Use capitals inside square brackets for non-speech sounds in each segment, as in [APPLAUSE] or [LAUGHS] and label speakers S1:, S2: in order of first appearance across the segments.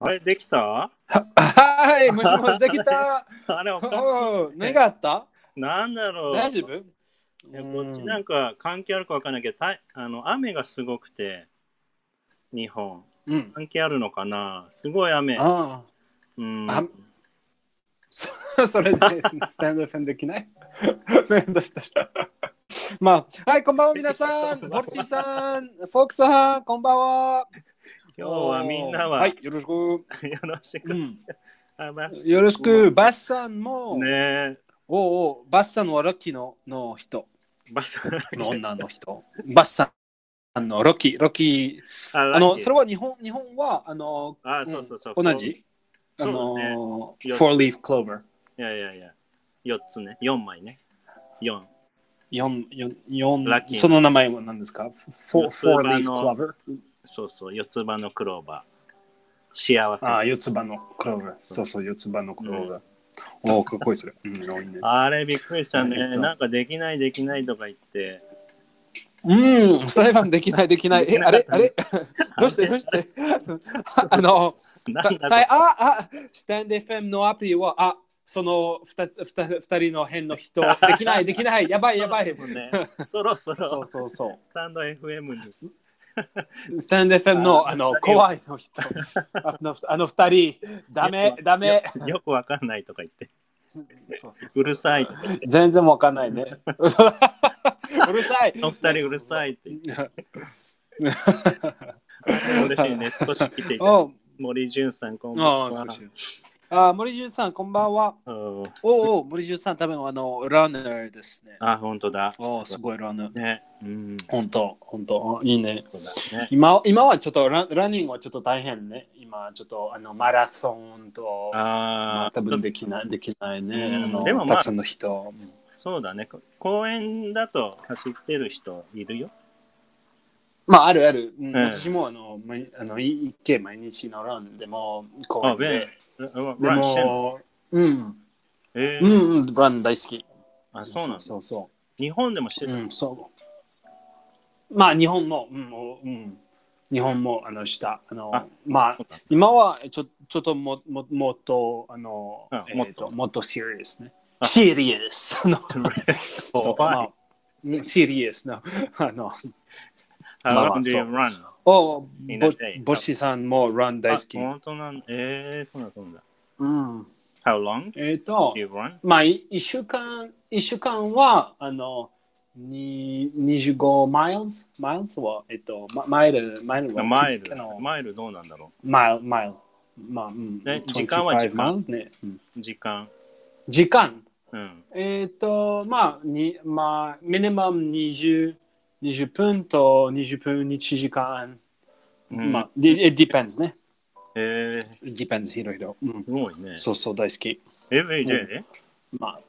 S1: あれ、できた
S2: はい、もし
S1: [LAUGHS]
S2: もしできた。
S1: あれ、おかし
S2: うん、目があった
S1: い
S2: [LAUGHS]
S1: なんだろう。
S2: 大丈夫
S1: いやこっち
S2: う
S1: なんんか関係あるかわかんないけど、たあの雨がすごくて、日本。
S2: うん。
S1: 関係あるのかなすごい雨。
S2: ああ。
S1: うん、
S2: あそ [LAUGHS] それでスタンド FM できない [LAUGHS] そういうの出したした。まあ、はい、こんばんは、皆さん。ボルシーさん、フォークさん、こんばんは。
S1: 今日はみんなは、
S2: はい、よろしく。
S1: よろし
S2: う
S1: く。
S2: ん、
S1: あまあ
S2: よろしく。バスさんも、
S1: ねえ、
S2: おうおうバスさんはロッキーのの人、
S1: バス。
S2: の女の人。バスさんのロッキー、ロッキ
S1: あ
S2: ー。あの、それは日本日本は、あの、
S1: はあ、そうそうそう。
S2: 同じ。あ
S1: そうだね
S2: の、
S1: よ
S2: four leaf clover。
S1: いやいやいや、4つね、4枚ね。4。
S2: 四四四
S1: ラッキー
S2: その名前は何ですか ?Four
S1: 四つ葉
S2: four
S1: の
S2: leaf clover。
S1: そうそう、四つ葉のクローバー。幸せ。
S2: ああ、
S1: あ
S2: 四つ葉のクローバー。そうそう、四つ葉のクローバー。おお、かっこいいそれ。うん、多いね。
S1: れびっくりしたね。
S2: えっと
S1: なんかできないできないとか言って。
S2: うん、スタイファンできないできない。え、あれあれ [LAUGHS] どうしてどうして
S1: [LAUGHS]
S2: あの、
S1: な
S2: た
S1: んだ
S2: た
S1: ろ
S2: いあ、あ、スタンド FM のアプリは、あ、その二つ二つ二人の辺の人、できないできない、やばいやばい。
S1: う
S2: [LAUGHS]
S1: ね。そろそ
S2: そ
S1: ろ
S2: うそうそう。
S1: スタンド FM に。
S2: スタンド FM のあの怖いの
S1: [LAUGHS]
S2: 人、あのあの二人、ダメダメ。
S1: よよくわかんないとか言って。
S2: そうそうそう
S1: うるさいとか言って。
S2: 全然わかんないね。 [LAUGHS] うるさい。
S1: お二人うるさいって言って。嬉しいね。少し来ていただいて
S2: おう
S1: 森潤さん、こんばん
S2: お
S1: は
S2: う。少し。あ森潤さん、こんばんは。
S1: うん
S2: おうおう、森潤さん、多分あの、ランナーですね。
S1: あ、本当だ。
S2: おうすごいランナー。
S1: ね。うん。
S2: 本当本当いいね。
S1: そうだね。
S2: 今今はちょっとランランニングはちょっと大変ね。今ちょっとあのマラソンと
S1: ああ
S2: 多、分できないできないね。
S1: うん
S2: あの
S1: でもまあ
S2: たくさんの人。
S1: そうだね。こ公園だと走ってる人いるよ。
S2: まあ、あるある。うん
S1: ん
S2: 私もあの、毎あの、い一軒毎日のランでも、こう
S1: あ、ベン。
S2: で
S1: ランしてんの
S2: も、うん、
S1: え
S2: う
S1: ー
S2: ん、うん、ラン大好き。
S1: あ、そうなんだ。
S2: そうそ
S1: 日本でもして
S2: う。
S1: た。
S2: うん、そう。まあ、日本も、うん、おうん、日本も、あの、した。あの、
S1: あ
S2: まあ
S1: そうだ、
S2: 今は、ちょ、ちょっとも、も、もっと、あの、
S1: あ
S2: え
S1: も
S2: ー
S1: っ
S2: と、
S1: と
S2: もっとシリアスね。
S1: あ
S2: シリアス。あの、
S1: そう
S2: まあうんシリアスな、あの、まあま
S1: How
S2: あ
S1: do
S2: そ
S1: you
S2: う
S1: run?
S2: おぼ
S1: いなさい
S2: ぼっしさんもラン大好き
S1: あ。本当なんえー、そうなんだそうなんだ。
S2: うん、
S1: How long
S2: えっ、と
S1: do、you run?
S2: まあ、い一週間、一週間は、あの、に25マイルズマイルズは、えっと、まマイル、マイルは、
S1: マイル
S2: あの、
S1: マイルどうなんだろ
S2: マイル、マイル。まあ、うん、
S1: ね時間は時間
S2: マイルね、うん
S1: う時間。
S2: 時間、
S1: うん。
S2: えっ、と、まあ、にまあ、ミニマム20、20分と20分1時間。
S1: うん
S2: まあ、で it depends ね。
S1: えー、
S2: It depends いろいろ。うん
S1: すごいね。
S2: そうそう、大好き。
S1: Every day?
S2: まあ、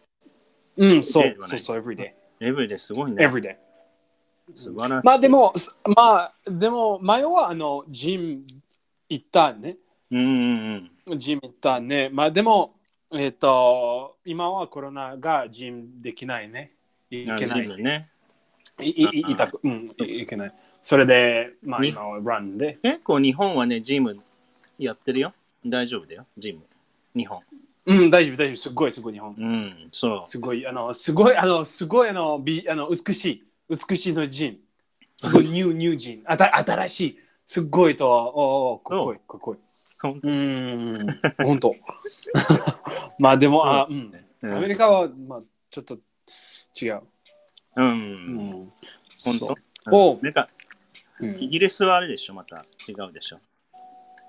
S2: うん、そ
S1: Everyday
S2: う
S1: は、ない
S2: そうそう、every day。
S1: Every day すごいね。
S2: every day。
S1: 素晴らしい。
S2: まあでも、すまあでも、前はあの、ジム行ったね。
S1: うんうんうん。
S2: ジム行ったね。まあでも、えっ、と、今はコロナがジムできないね。いけない。
S1: ジムね。
S2: いいい痛く、うん、いいけない。それで、まあ
S1: に
S2: 今はランで。
S1: 結構日本はね、ジムやってるよ。大丈夫だよ、ジム。日本。
S2: うん、大丈夫、大丈夫。すごい、すごい、日本。
S1: うん、そう。
S2: すごい、あの、すごい、あの、すごい、あの、美あの美しい、美しいのジム。す [LAUGHS] ごい、ニュー、ニュージム。あた新しい。すっごいと、おお、かっこいい、かっこいい。
S1: 本
S2: うーん、本当。 [LAUGHS] まあでも、あ、うん。
S1: 当
S2: アメリカは、まあ、ちょっと違う。
S1: うん。
S2: う
S1: うん、
S2: ん、
S1: 本
S2: そう
S1: 当。
S2: おう
S1: なんか、
S2: う
S1: イ
S2: ん。
S1: ギリスはあれでしょ、また違うでしょ。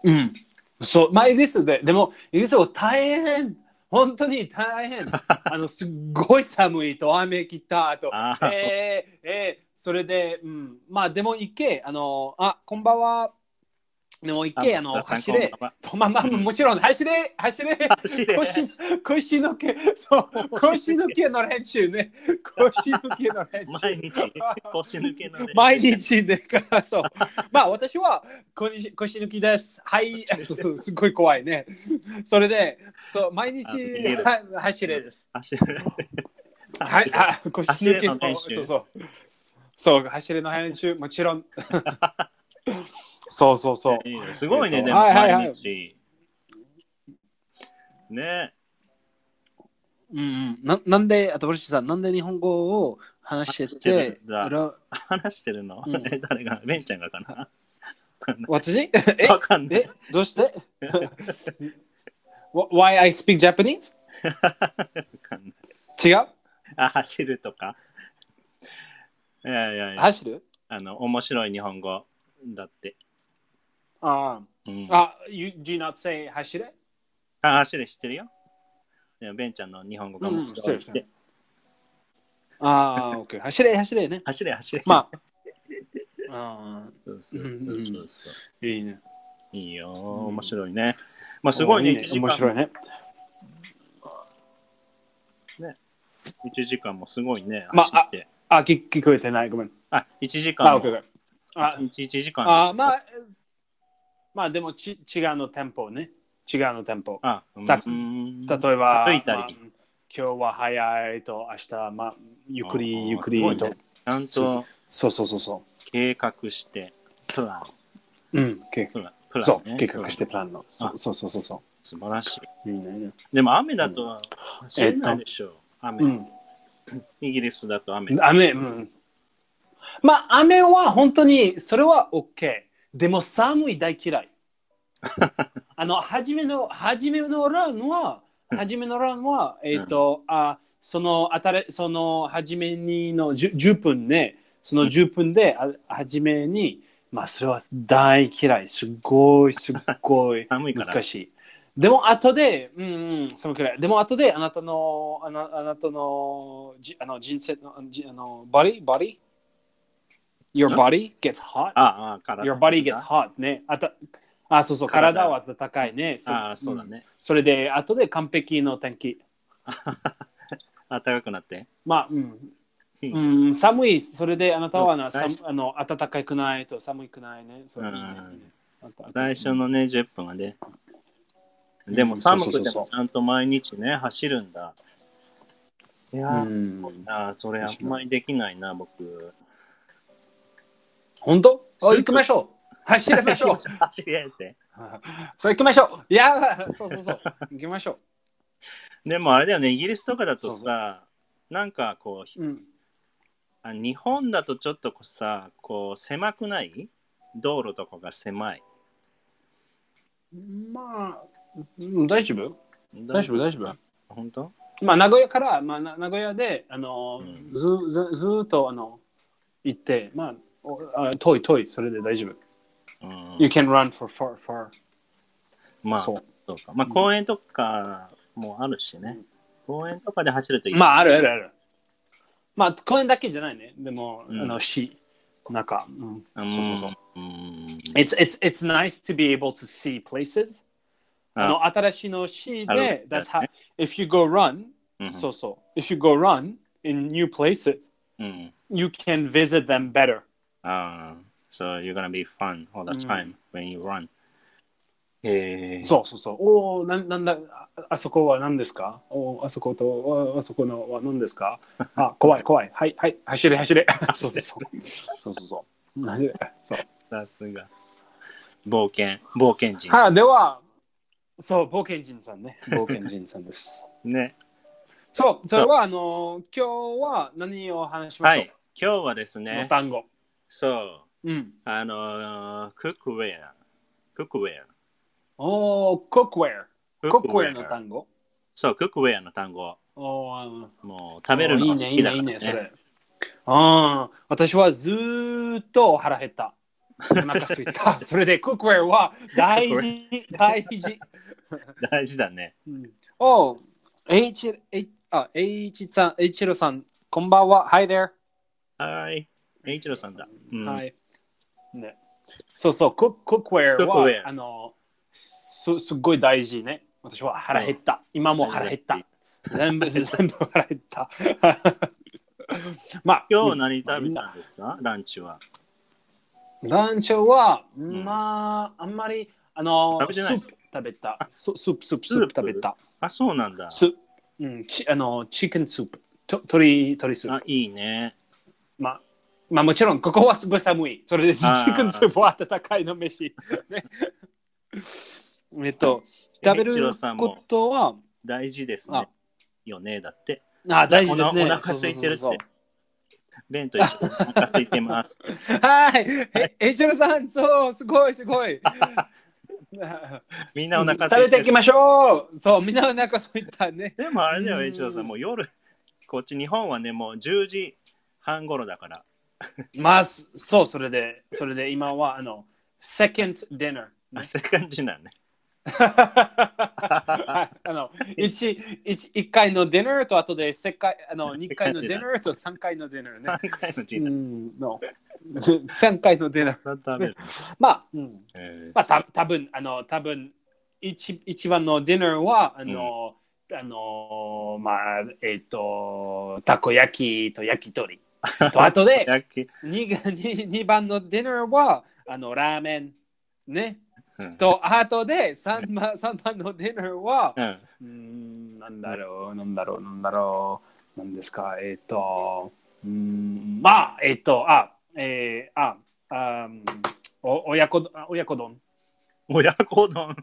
S2: うん、そう、まあ、イギリスで、でも、イギリスは大変。本当に大 [LAUGHS] 変。あの、すっごい寒いと、雨来たあと。
S1: ああ、そう。
S2: えー、えー、それで、うん。まあ、でも行け、あの、あ、こんばんは。でも行け、あの、
S1: 皆さん
S2: 走れ。
S1: こんばんは
S2: とまあまあ、
S1: うん
S2: もちろん、走れ、走れ。
S1: [LAUGHS] 走れ
S2: 腰腰の毛、そう、腰の毛の練習ね。腰の毛の練
S1: [LAUGHS]
S2: 習。
S1: 毎日、腰抜けのね。
S2: 毎日ね、そう。まあ、私は腰腰抜きです。
S1: [LAUGHS]
S2: はい、そうすっごい怖いね。それで、そう、毎日
S1: あ逃げる
S2: は走れです。
S1: 走れ。
S2: はい、 [LAUGHS] あ、腰抜き
S1: 走れの
S2: の
S1: 練習
S2: そうそう。そう、走れの練習、も [LAUGHS] ちろん。そうそうそう。
S1: いいねすごいね、
S2: えっと
S1: でも
S2: はいはいはい
S1: 毎日ね
S2: うんうん、ななんで、あと、ボルシーさん、なんで日本語を話
S1: 話
S2: して
S1: して
S2: て
S1: るん、だ
S2: 裏
S1: 話してるの、
S2: うん
S1: え誰がレンちゃんがかな
S2: 私 [LAUGHS] え
S1: わかんない
S2: えどうして [LAUGHS] Wh- ?Why I speak [LAUGHS] Japanese?
S1: かんない
S2: 違う
S1: あ走るとかいやいやいや
S2: 走る
S1: あの面白い日本語だって、
S2: あ
S1: うん
S2: ー、あ、you do you not say 走れ
S1: あ走る知ってるよでもベンちゃんの日本語が面白いって、
S2: うん知ってるああ、OK。走れ、走れね。
S1: 走れ走れ
S2: まあ、あ
S1: そうそう
S2: うんうん
S1: そうそう
S2: ーいいね。
S1: いいよー、面白いね。まあすごいね、
S2: お
S1: 1時
S2: 面
S1: 間
S2: 白いね。
S1: 一時間もすごいね、
S2: まあ
S1: 走って。
S2: あ、聞聞こえてない。ごめん。
S1: あ、1時間
S2: あ、
S1: も
S2: OK。あ、
S1: 一日1時間
S2: あ
S1: あ
S2: ーまあ、えまあでもち違うの店舗ね。違うの店舗。
S1: あ、
S2: たくさん
S1: ん
S2: 例えば、
S1: 歩いたり
S2: まあ今日は早いと、明日、まあ、ゆっく
S1: あー
S2: りゆっく
S1: すごい
S2: りと。
S1: ねちゃんと
S2: そうそうそうそ
S1: 計画して、プラン、
S2: う。うん、計
S1: プラン、プ
S2: 画。
S1: ラ
S2: そ
S1: ン、
S2: う、
S1: ね。
S2: 計画してプランの。そ
S1: あ
S2: うそうそうそうそ
S1: 素晴らし
S2: う。いいね。
S1: い。でも雨だと走れないでしょう。雨、
S2: うん。
S1: イギリスだと雨。
S2: 雨、うん。まあ、雨は本当に、それは OK。でも寒い大嫌い。あの、初めの、初めのランは、初めのランは、えっ、と、あ、その、あたれ、その、初めにのじゅ 10, 分ね、その10分で、あ初めに、まあ、それは大嫌い。すごい、すっごい
S1: 寒いから
S2: 難しい。でも後で、うんうん、寒くらい。でも後で、あなたの、あなあなたの、じあの人生の、あのじあの、ボディボディ ?Your
S1: ん
S2: body gets hot?
S1: ああ、あから。
S2: Your body gets hot ね。あたあ、そうそう、
S1: 体
S2: 体は温かいね。
S1: ああ、そうだ
S2: ん
S1: ね。
S2: それで、後で完璧の天気。
S1: 暖かくなって。
S2: まあ、うん。
S1: いいね
S2: うん、寒い、それであなたは
S1: うん
S2: な、さ
S1: 大
S2: あの暖かくないと寒くないね。そう
S1: う
S2: い
S1: ん
S2: いねいいねあと
S1: 最初のね、10分はね。でも寒くてもちゃんと毎日ね、走るんだ。いやー、
S2: うん、
S1: あーそれあんまりできないな、僕。
S2: 本当
S1: そう
S2: そう行きましょう。走りましょ
S1: [LAUGHS]
S2: う。
S1: 走れって。
S2: [LAUGHS] そう行きましょう。いや、そうそうそう。行きましょ
S1: でもあれだよね、イギリスとかだとさ、なんかこう、
S2: う。うん、
S1: あ日本だとちょっとこうさ、こう狭くない道路とかが狭い。
S2: まあ、うん大丈夫
S1: 大
S2: 大丈夫、大丈夫。
S1: 夫本当
S2: まあ、名古屋から、まあ、な名古屋で、あの
S1: うん
S2: ずずずーっとあの行って、まあおあ、遠い遠い、それで大丈夫。
S1: うん。
S2: You can run for far, far.
S1: まあ、
S2: そ
S1: そううか。まあ、公園とかもあるしね。公園とかで走るといい。
S2: まあ、あるあるある。まあ、公園だけじゃないね。でも、
S1: うん
S2: あの、市、中。うん、
S1: うん
S2: そうそうそ
S1: う
S2: う。
S1: ん。
S2: It's, it's, it's nice to be able to see places.
S1: あ
S2: あの、新しいの市
S1: ある
S2: で、that's how, if you go run,
S1: うん
S2: そうそう。If you go run in new places,
S1: うん。
S2: you can visit them better.
S1: Ah, so you're gonna be fun all the
S2: うん
S1: time when you run. えー、
S2: そうそうそう。おお、なんなんだ、ああそこは何ですかおーあそこと、ああそこのは何ですかあ、怖い怖い。はいはい、走れ走れ。そうそうそう。そうそうそう。なんでそう
S1: さすが。冒険、冒険人。
S2: はい、では、そう、冒険人さんね。冒険人さんです。
S1: ね。
S2: そう、それは、あのー、今日は何を話しま
S1: は
S2: しょう
S1: い。今日はです
S2: この
S1: ね、
S2: 単語。
S1: そう、
S2: うん。
S1: あのー、クックウェア。クックウェア。
S2: おお、コックウェア。
S1: ク
S2: コックウェアの単語。
S1: そう、クックウェアの単語。
S2: おーあの
S1: もう食べるのが好きだから、ね。
S2: いいね、いいね、いいね、それ。ああ、私はずーっと腹減った。お腹空い
S1: [LAUGHS]
S2: た。それで、クックウェアは大事、大事。
S1: [LAUGHS] 大事だね。
S2: うんおう、H、H、あ、H さん、H ロさん、こんばんは。Hi there。
S1: はい。栄一郎さんだ。うん
S2: はい。ね。そうそう、クッククックウェア
S1: cookware
S2: は、あの、すすっごい大事ね。私は腹減った。今も腹減った。全部、全部腹
S1: [LAUGHS]
S2: 減った。まあ、
S1: 今日何食べたんですかランチは。
S2: ランチは、
S1: ん
S2: まあ、あんまり、あの、
S1: 食べてない
S2: スープ食べた。ススープ、スープ、
S1: スー
S2: スー
S1: プ
S2: プ食べた。
S1: あ、そうなんだ。
S2: スープ、うん、ちあの、チキンスープ。と鶏、鶏スー
S1: あ
S2: プ。、
S1: いいね。
S2: まあ、まあ、もちろん、ここはすごい寒い。それで、チ
S1: あー
S2: キンスープは温かいの飯。ね [LAUGHS] えっと、食べることは、
S1: 大事ですね
S2: あ。
S1: よね。だって。
S2: あ、大事です
S1: お
S2: ね。
S1: 腹お腹空いてるって
S2: そうそうそう
S1: 弁と一緒にお腹空いて
S2: [LAUGHS]
S1: ます。
S2: そうはい、えエイチェルさん、そう、すごい、すごい。
S1: みんなお腹空
S2: 食
S1: い
S2: べて
S1: て
S2: い
S1: る
S2: き。ましょう。そう、みんなお腹空いたね。
S1: でもあれだ
S2: う
S1: よ、
S2: ん
S1: エチロさん、もう夜、こっち日本はね、もう10時半頃だから。
S2: まあ、すそう、それで、それで今は、あの、second dinner。
S1: あ、そういう感じなんね。
S2: [LAUGHS] はいあの、一一一回のディナーと、あとで、世界、
S1: [LAUGHS]
S2: あの、二回のディナーと三回のディナーね。
S1: 3回の時
S2: う
S1: 間
S2: ん、の。 [LAUGHS] 三回のディナー。
S1: 食べる。
S2: まあ、うん。
S1: え
S2: まあ、た多分あの多分一一番のディナーはあの、あのまあえっ、とたこ焼きと焼き鳥とあとで
S1: ー [LAUGHS] 焼き
S2: 二二二番のディナーはあのラーメンね
S1: うん
S2: とあとで三番三番のディナーは
S1: うん
S2: うーんなんだろうなんだろうなんだろうなんですかえっ、とうーんまあえっ、とあえー、ああーお親子あ親子丼
S1: 親子
S2: [LAUGHS]
S1: 丼。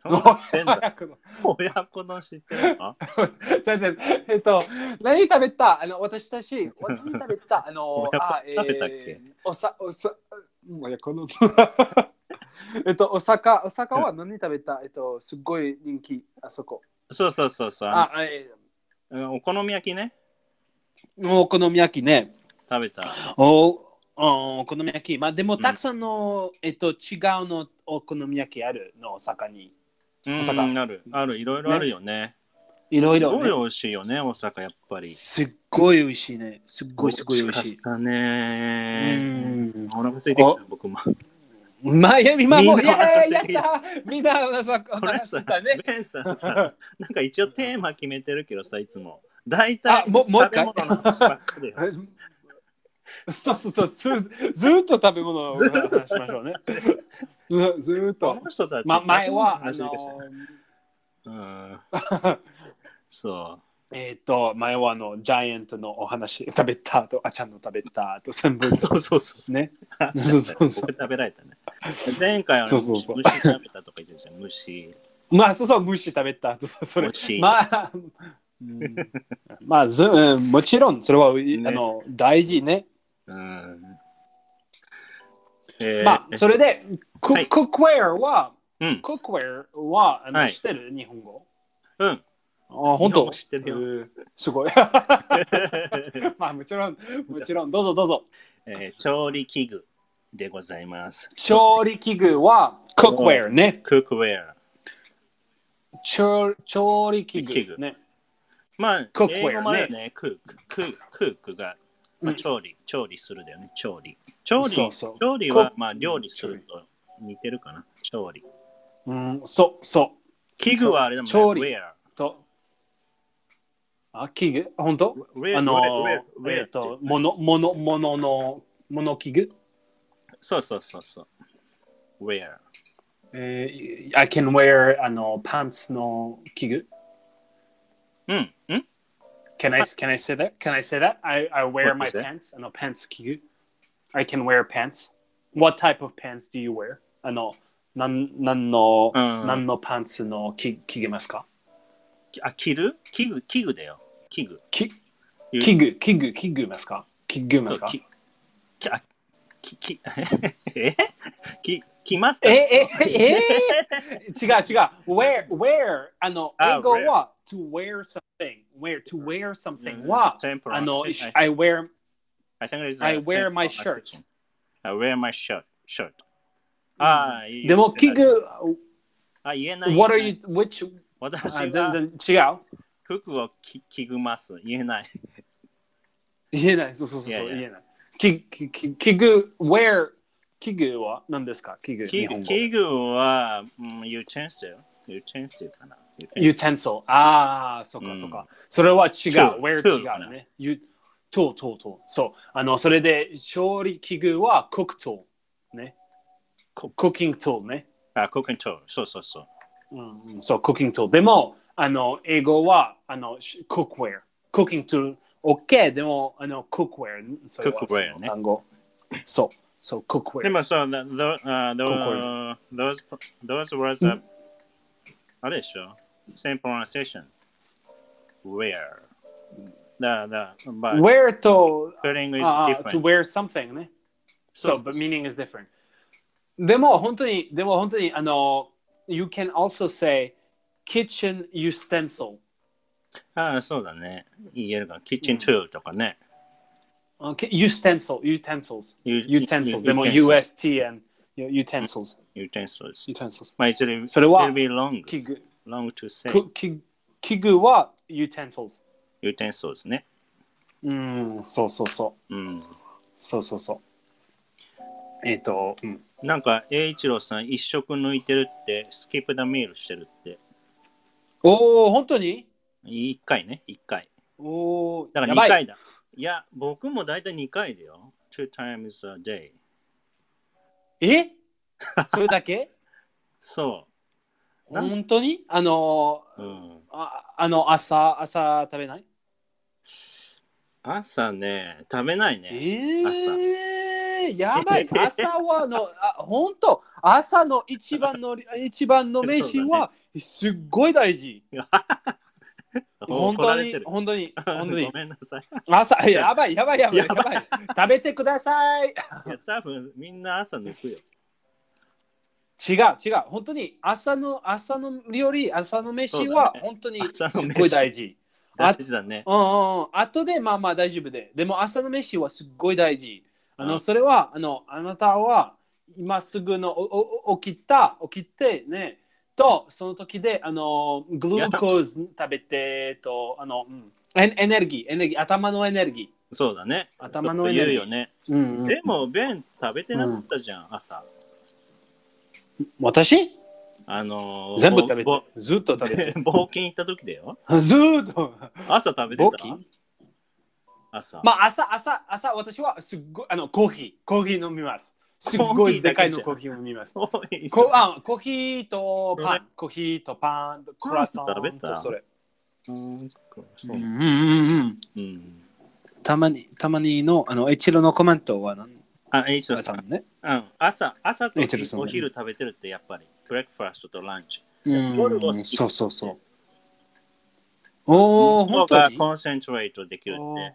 S1: そんなの知ってんだ
S2: 早くの
S1: 親子丼知ってるか
S2: ちょっと待ってえっと、何食べたあの私たち、
S1: [LAUGHS]
S2: 何食べたあの、
S1: 親子
S2: あ、え
S1: 食べたっけ
S2: ー、おさ、おさ、もういやこの [LAUGHS] えっと、お酒、お酒は何食べたえっと、すっごい人気、あそこ。
S1: そうそうそうそうあ
S2: あ、え
S1: のうんお好み焼きね、
S2: ー、お好み焼きね。
S1: 食べた。
S2: おお好み焼き。まあ、でも、
S1: ん
S2: たくさんの、えっと、違うのお好み焼きあるの、お酒に。
S1: うん、
S2: 大阪
S1: ある。ある、いろいろあるよね。
S2: いろい
S1: す
S2: ろ
S1: ごい
S2: ね、
S1: 美味しいよね、大阪、やっぱり。
S2: すっごい美味しいね。すっごいすごい美味しい
S1: か。ったね。
S2: うん
S1: お腹空いてきた、僕も。
S2: マイアミ、まあもう、
S1: み
S2: い
S1: んなお
S2: や
S1: 腹
S2: いや
S1: 空いて
S2: い
S1: る
S2: や、みんなお腹空
S1: これさ
S2: い、たね。
S1: ベンさんさ、なんか一応テーマ決めてるけどさ、いつも。大
S2: あ
S1: 体、
S2: ももう一回
S1: 食べ物の話ばっかり
S2: [LAUGHS]
S1: だよ
S2: [LAUGHS] そうそうそう、ずずーっと食べ物を
S1: ずーっと
S2: 話しましょうね。ずずーっ。
S1: ことの人 [LAUGHS] たち、
S2: ま、前は、あ
S1: 話し
S2: の
S1: かしてないうん、そ
S2: えっと、前はあの、ジャイアントのお話、食べたと、あちゃんの食べたと、全部
S1: う。そうそうそう。
S2: ね。 [LAUGHS] そ
S1: そうう
S2: そうそう
S1: 食べられたね。前回はね
S2: そうそうそう
S1: 虫食べたとか言ってるじゃん、虫。
S2: まあ、そうそう、虫食べたと、そそれ
S1: 美味し。い
S2: まあ、うんまあず、うんもちろん、それは、い
S1: ね
S2: あの、大事ね。
S1: うん。えー
S2: まあ、それで、ク
S1: はい
S2: クックウェアは、
S1: うん
S2: クックウェアは、あの、
S1: はい
S2: 知ってる日本語。
S1: うん。
S2: あ、本
S1: 日本
S2: 当
S1: 語知ってるよ
S2: えーすごい。 [LAUGHS] まあ、もちろん、もちろん、どうぞどうぞ。
S1: えー調理器具でございます。
S2: 調理器具は、クックウェアね。
S1: クックウェア。
S2: 調調理器
S1: 器
S2: 具
S1: 具
S2: ね。
S1: まあ、
S2: Cookware
S1: 英語もあるよね。クック、クック、クックが、ま
S2: う
S1: あ、
S2: ん
S1: 調理、調理するだよね。調理。調理、
S2: そうそう
S1: 調理
S2: こ
S1: は、まあ、料理すると似てるかな。調理。
S2: うん、そうそ
S1: 器具はあれだもんね。
S2: そう調理
S1: ウェア。
S2: う。と。あ、器具本当
S1: ウェア、
S2: あの
S1: ウェア、ウェアウェア
S2: え
S1: っ
S2: ってと、もの、もの、ものの、もの器具
S1: そうそうそうそう。ウェア。
S2: えー、I can wear あのパンツの器具。
S1: うん。うん
S2: Can I can I say that? Can I say that? I I wear
S1: What
S2: my
S1: is that?
S2: pants. あのパンツ器具。I can wear pants. What type of pants do you wear? あのなんなんの、
S1: うん
S2: なんのパンツの器器具ますか？
S1: あ、着る器具、器具だよ。器具。
S2: き
S1: うん
S2: 器具器具器具ますか？器具ますか？
S1: ききあきき [LAUGHS] えききますか
S2: え
S1: [LAUGHS]
S2: えええ違う違う。Wear wear Ah, あの
S1: あ
S2: 英語は to wear something. Wear to wear something
S1: うん
S2: は
S1: temporal
S2: あの
S1: thing.
S2: I wear
S1: I, think it's
S2: I
S1: a
S2: wear my
S1: simple
S2: shirt.
S1: activity. I wear my shirt. shirt. ああ、いい
S2: でも器具、
S1: あ、言えない。
S2: uh, what are
S1: 言え
S2: you, which, uh,
S1: ない
S2: あ
S1: 私
S2: 全
S1: が
S2: 然違 [LAUGHS] う。
S1: 服を着着ぐます。言えない。
S2: 言えない、そうそうそう、
S1: いやいや
S2: 言えない。ききき器具、where、器具は何ですか器具、
S1: 器
S2: 日本
S1: 具
S2: 語。
S1: 器具は、うん、utensil。utensil かな。utensil
S2: utensil。ああ、そっ
S1: う
S2: か
S1: ん
S2: そっか。それは違う
S1: tool。
S2: where
S1: tool
S2: 違うね。you tool、tool、tool。そう。あの、それで、調理器具は cook tool。ね。cooking tool ね。
S1: あ、cooking tool。そうそうそう。
S2: うんうんそう、cooking tool。でも、あの、英語は、あの、し cookware。cooking tool、OK。でも、あの、cookware。それは
S1: cookware
S2: その
S1: ね
S2: 単語。そう、そう、
S1: で
S2: cookware。
S1: もそう、the, the, uh,
S2: Concord.
S1: those, those words are あれでしょ ?same pronunciation. Where? だだ、but
S2: wear と、
S1: spelling is
S2: あ
S1: different.
S2: Ah, to wear something ね。
S1: そう
S2: So, but meaning is different. でも本当に、でも本当に、あの、you can also say kitchen utensil.
S1: ああ、そうだね。言えるか。kitchen tool とかね。
S2: Okay, utensil, utensils.
S1: U-
S2: Utensils. でも
S1: utensil
S2: UST and utensils.
S1: utensils.
S2: Utensils.
S1: まあ、いずれ、
S2: それは
S1: will be long,
S2: 器具。
S1: long to say
S2: く器器具は utensils。Mm,
S1: utensils ね。
S2: うん、そうそうそう。
S1: うん。
S2: そうそうそう。えっ、と、うん。
S1: なんか、栄一郎さん、一食抜いてるって、スキップダメールしてるって。
S2: おお、本当に
S1: 一回ね、一回。
S2: おお、
S1: だから
S2: や
S1: 二
S2: ばい
S1: 回だ。いや、僕も大体二回だよ。two times a day。
S2: えそれだけ
S1: そなん
S2: 本当にあの
S1: う。うん。
S2: ああの朝朝食べない
S1: 朝ね、食べないね。
S2: えー、や
S1: [LAUGHS]
S2: ばい朝はのあ本当朝の一番の一番の名神は、すっごい大事本
S1: 怒ら
S2: 当
S1: れて
S2: に
S1: る
S2: 本
S1: [LAUGHS]
S2: 当に本当に
S1: ごめんなさい。
S2: 朝やばいやばいやばいや
S1: や
S2: ばい食べてください
S1: い
S2: [LAUGHS]
S1: や、多分みんな朝抜くよ。
S2: 違う違う本当に朝の朝の料理朝の飯
S1: そうだ
S2: は
S1: ね
S2: 本当に
S1: 朝の
S2: す
S1: 飯
S2: っごい大事あ
S1: 大事だね。
S2: うんうんうん後でまあまあ大丈夫ででも朝の飯はすっごい大事あの、
S1: うん
S2: それはあのあなたは今すぐのおおお起きた起きてねとその時であのグルーコーズ食べてとあの、うん、エエネルギーエネルギー頭のエネルギ
S1: そうだね。
S2: 頭の
S1: ちょっと
S2: 上
S1: 言う
S2: に
S1: よね。
S2: ー、うんうん
S1: でも、弁食べてなかったじゃん、朝。
S2: 私
S1: あのー、
S2: 全部食べ
S1: ぼ
S2: てずっと食べて
S1: ぼ [LAUGHS] 冒険行った時だよ。 [LAUGHS]
S2: ずーっと
S1: 朝食べて
S2: ボ
S1: た
S2: キ
S1: 朝。 [LAUGHS]
S2: まあ朝朝朝私はすっごいあのコーヒーコーヒー飲みますすっごいでかいのコーヒー飲みます
S1: 多い
S2: こ
S1: ぞ
S2: あコーヒーと
S1: それ
S2: パン、コーヒーとパン、クラサ
S1: パン食べ
S2: ンと
S1: た
S2: それ。
S1: うんそううん
S2: うんうん、
S1: うん
S2: たまに、たまにの、あの、エチロのコメントは何
S1: あ、エイチロさ
S2: た
S1: ん。
S2: ぶんね。
S1: うん、朝、朝と
S2: エイチロさん
S1: お昼食べてるってやっぱり、ブレックファーストとランチ。夜
S2: う
S1: を好
S2: ん、
S1: き
S2: そうそうそう。お
S1: こ
S2: お、本
S1: こが
S2: 当に
S1: コンセントレートできるって。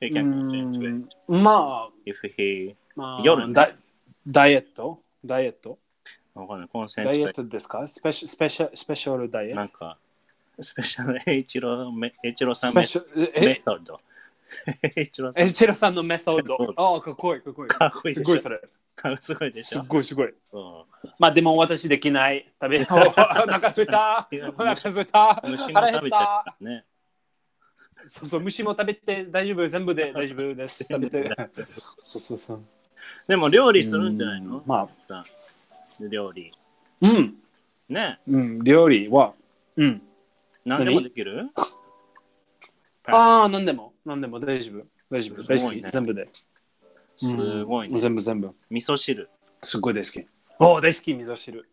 S1: He can concentrate
S2: うんまあ、
S1: if he
S2: まあ、
S1: 夜ね
S2: ダダイエットダイエット
S1: わかんない、コンセント
S2: ダ
S1: レ
S2: イエ
S1: ー
S2: ットですかスペシャスペシャスペシャルダイエ
S1: ト。
S2: ッ
S1: な
S2: ト
S1: んか、スペシャル、エイチロメエイチロさ
S2: ス
S1: んメ
S2: ペシャルえ
S1: メソッド。 [LAUGHS] エイチロさん
S2: エ、チロさんのメソッド
S1: そうです。
S2: ああ、かっこいい、かっこいい。
S1: かっこいい
S2: す
S1: でしょ
S2: ごいそれ。
S1: すごいでし
S2: すっ
S1: ょ。
S2: ごいすごい。
S1: うん
S2: まあでも私できない。食べ [LAUGHS] お腹すいた。お腹すいた。
S1: 虫も
S2: 腹減
S1: 食
S2: っ。
S1: べちゃったたね。
S2: そうそう、虫も食べて大丈夫、全部 [LAUGHS] で大丈夫です。食べて。そうそうそう。
S1: でも料理するんじゃないの
S2: うんまあ、
S1: さ料理。
S2: うん、
S1: ね。
S2: うん、料理は。うん。
S1: 何でもできるパ
S2: ああ、何でも、何でも大丈夫。大丈夫。大
S1: す
S2: 好
S1: ごい
S2: き。
S1: ね
S2: 全部で。
S1: スすごいね。
S2: 全部全部。
S1: 味噌汁。
S2: すっごい大好き。おお、大好き、味噌汁。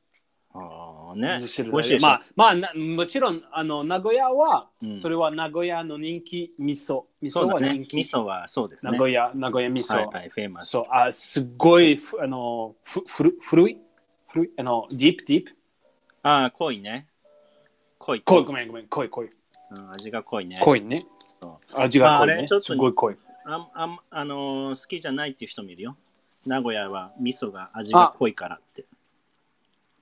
S1: ああ、ね。
S2: 味噌汁
S1: 美
S2: だ
S1: 味しい
S2: よ。
S1: でしょ
S2: まあ、まあな、もちろん、あの、名古屋は
S1: う、ん
S2: それは名古屋の人気、味噌。味
S1: そ
S2: 噌
S1: うだ
S2: は人
S1: ね。
S2: 気
S1: 味。噌はそうです
S2: 名
S1: ね。
S2: 古屋、名古屋味
S1: はい
S2: 噌。
S1: はい、フェイマス。
S2: そう、あ、すごい、ふあの、ふ、ふる、古い古いあの、ディープ、ディープ。
S1: ああ、濃いね。濃い。
S2: 濃い、ごめん、ごめん、濃い、濃い。
S1: うん味が濃いね。
S2: 濃いね
S1: そ。
S2: 味
S1: ま
S2: が濃い
S1: ああ
S2: ね。
S1: れちょっと
S2: すごい濃い。
S1: あんあんあのー好きじゃないっていう人もいるよ。名古屋は味噌が味が濃いからって。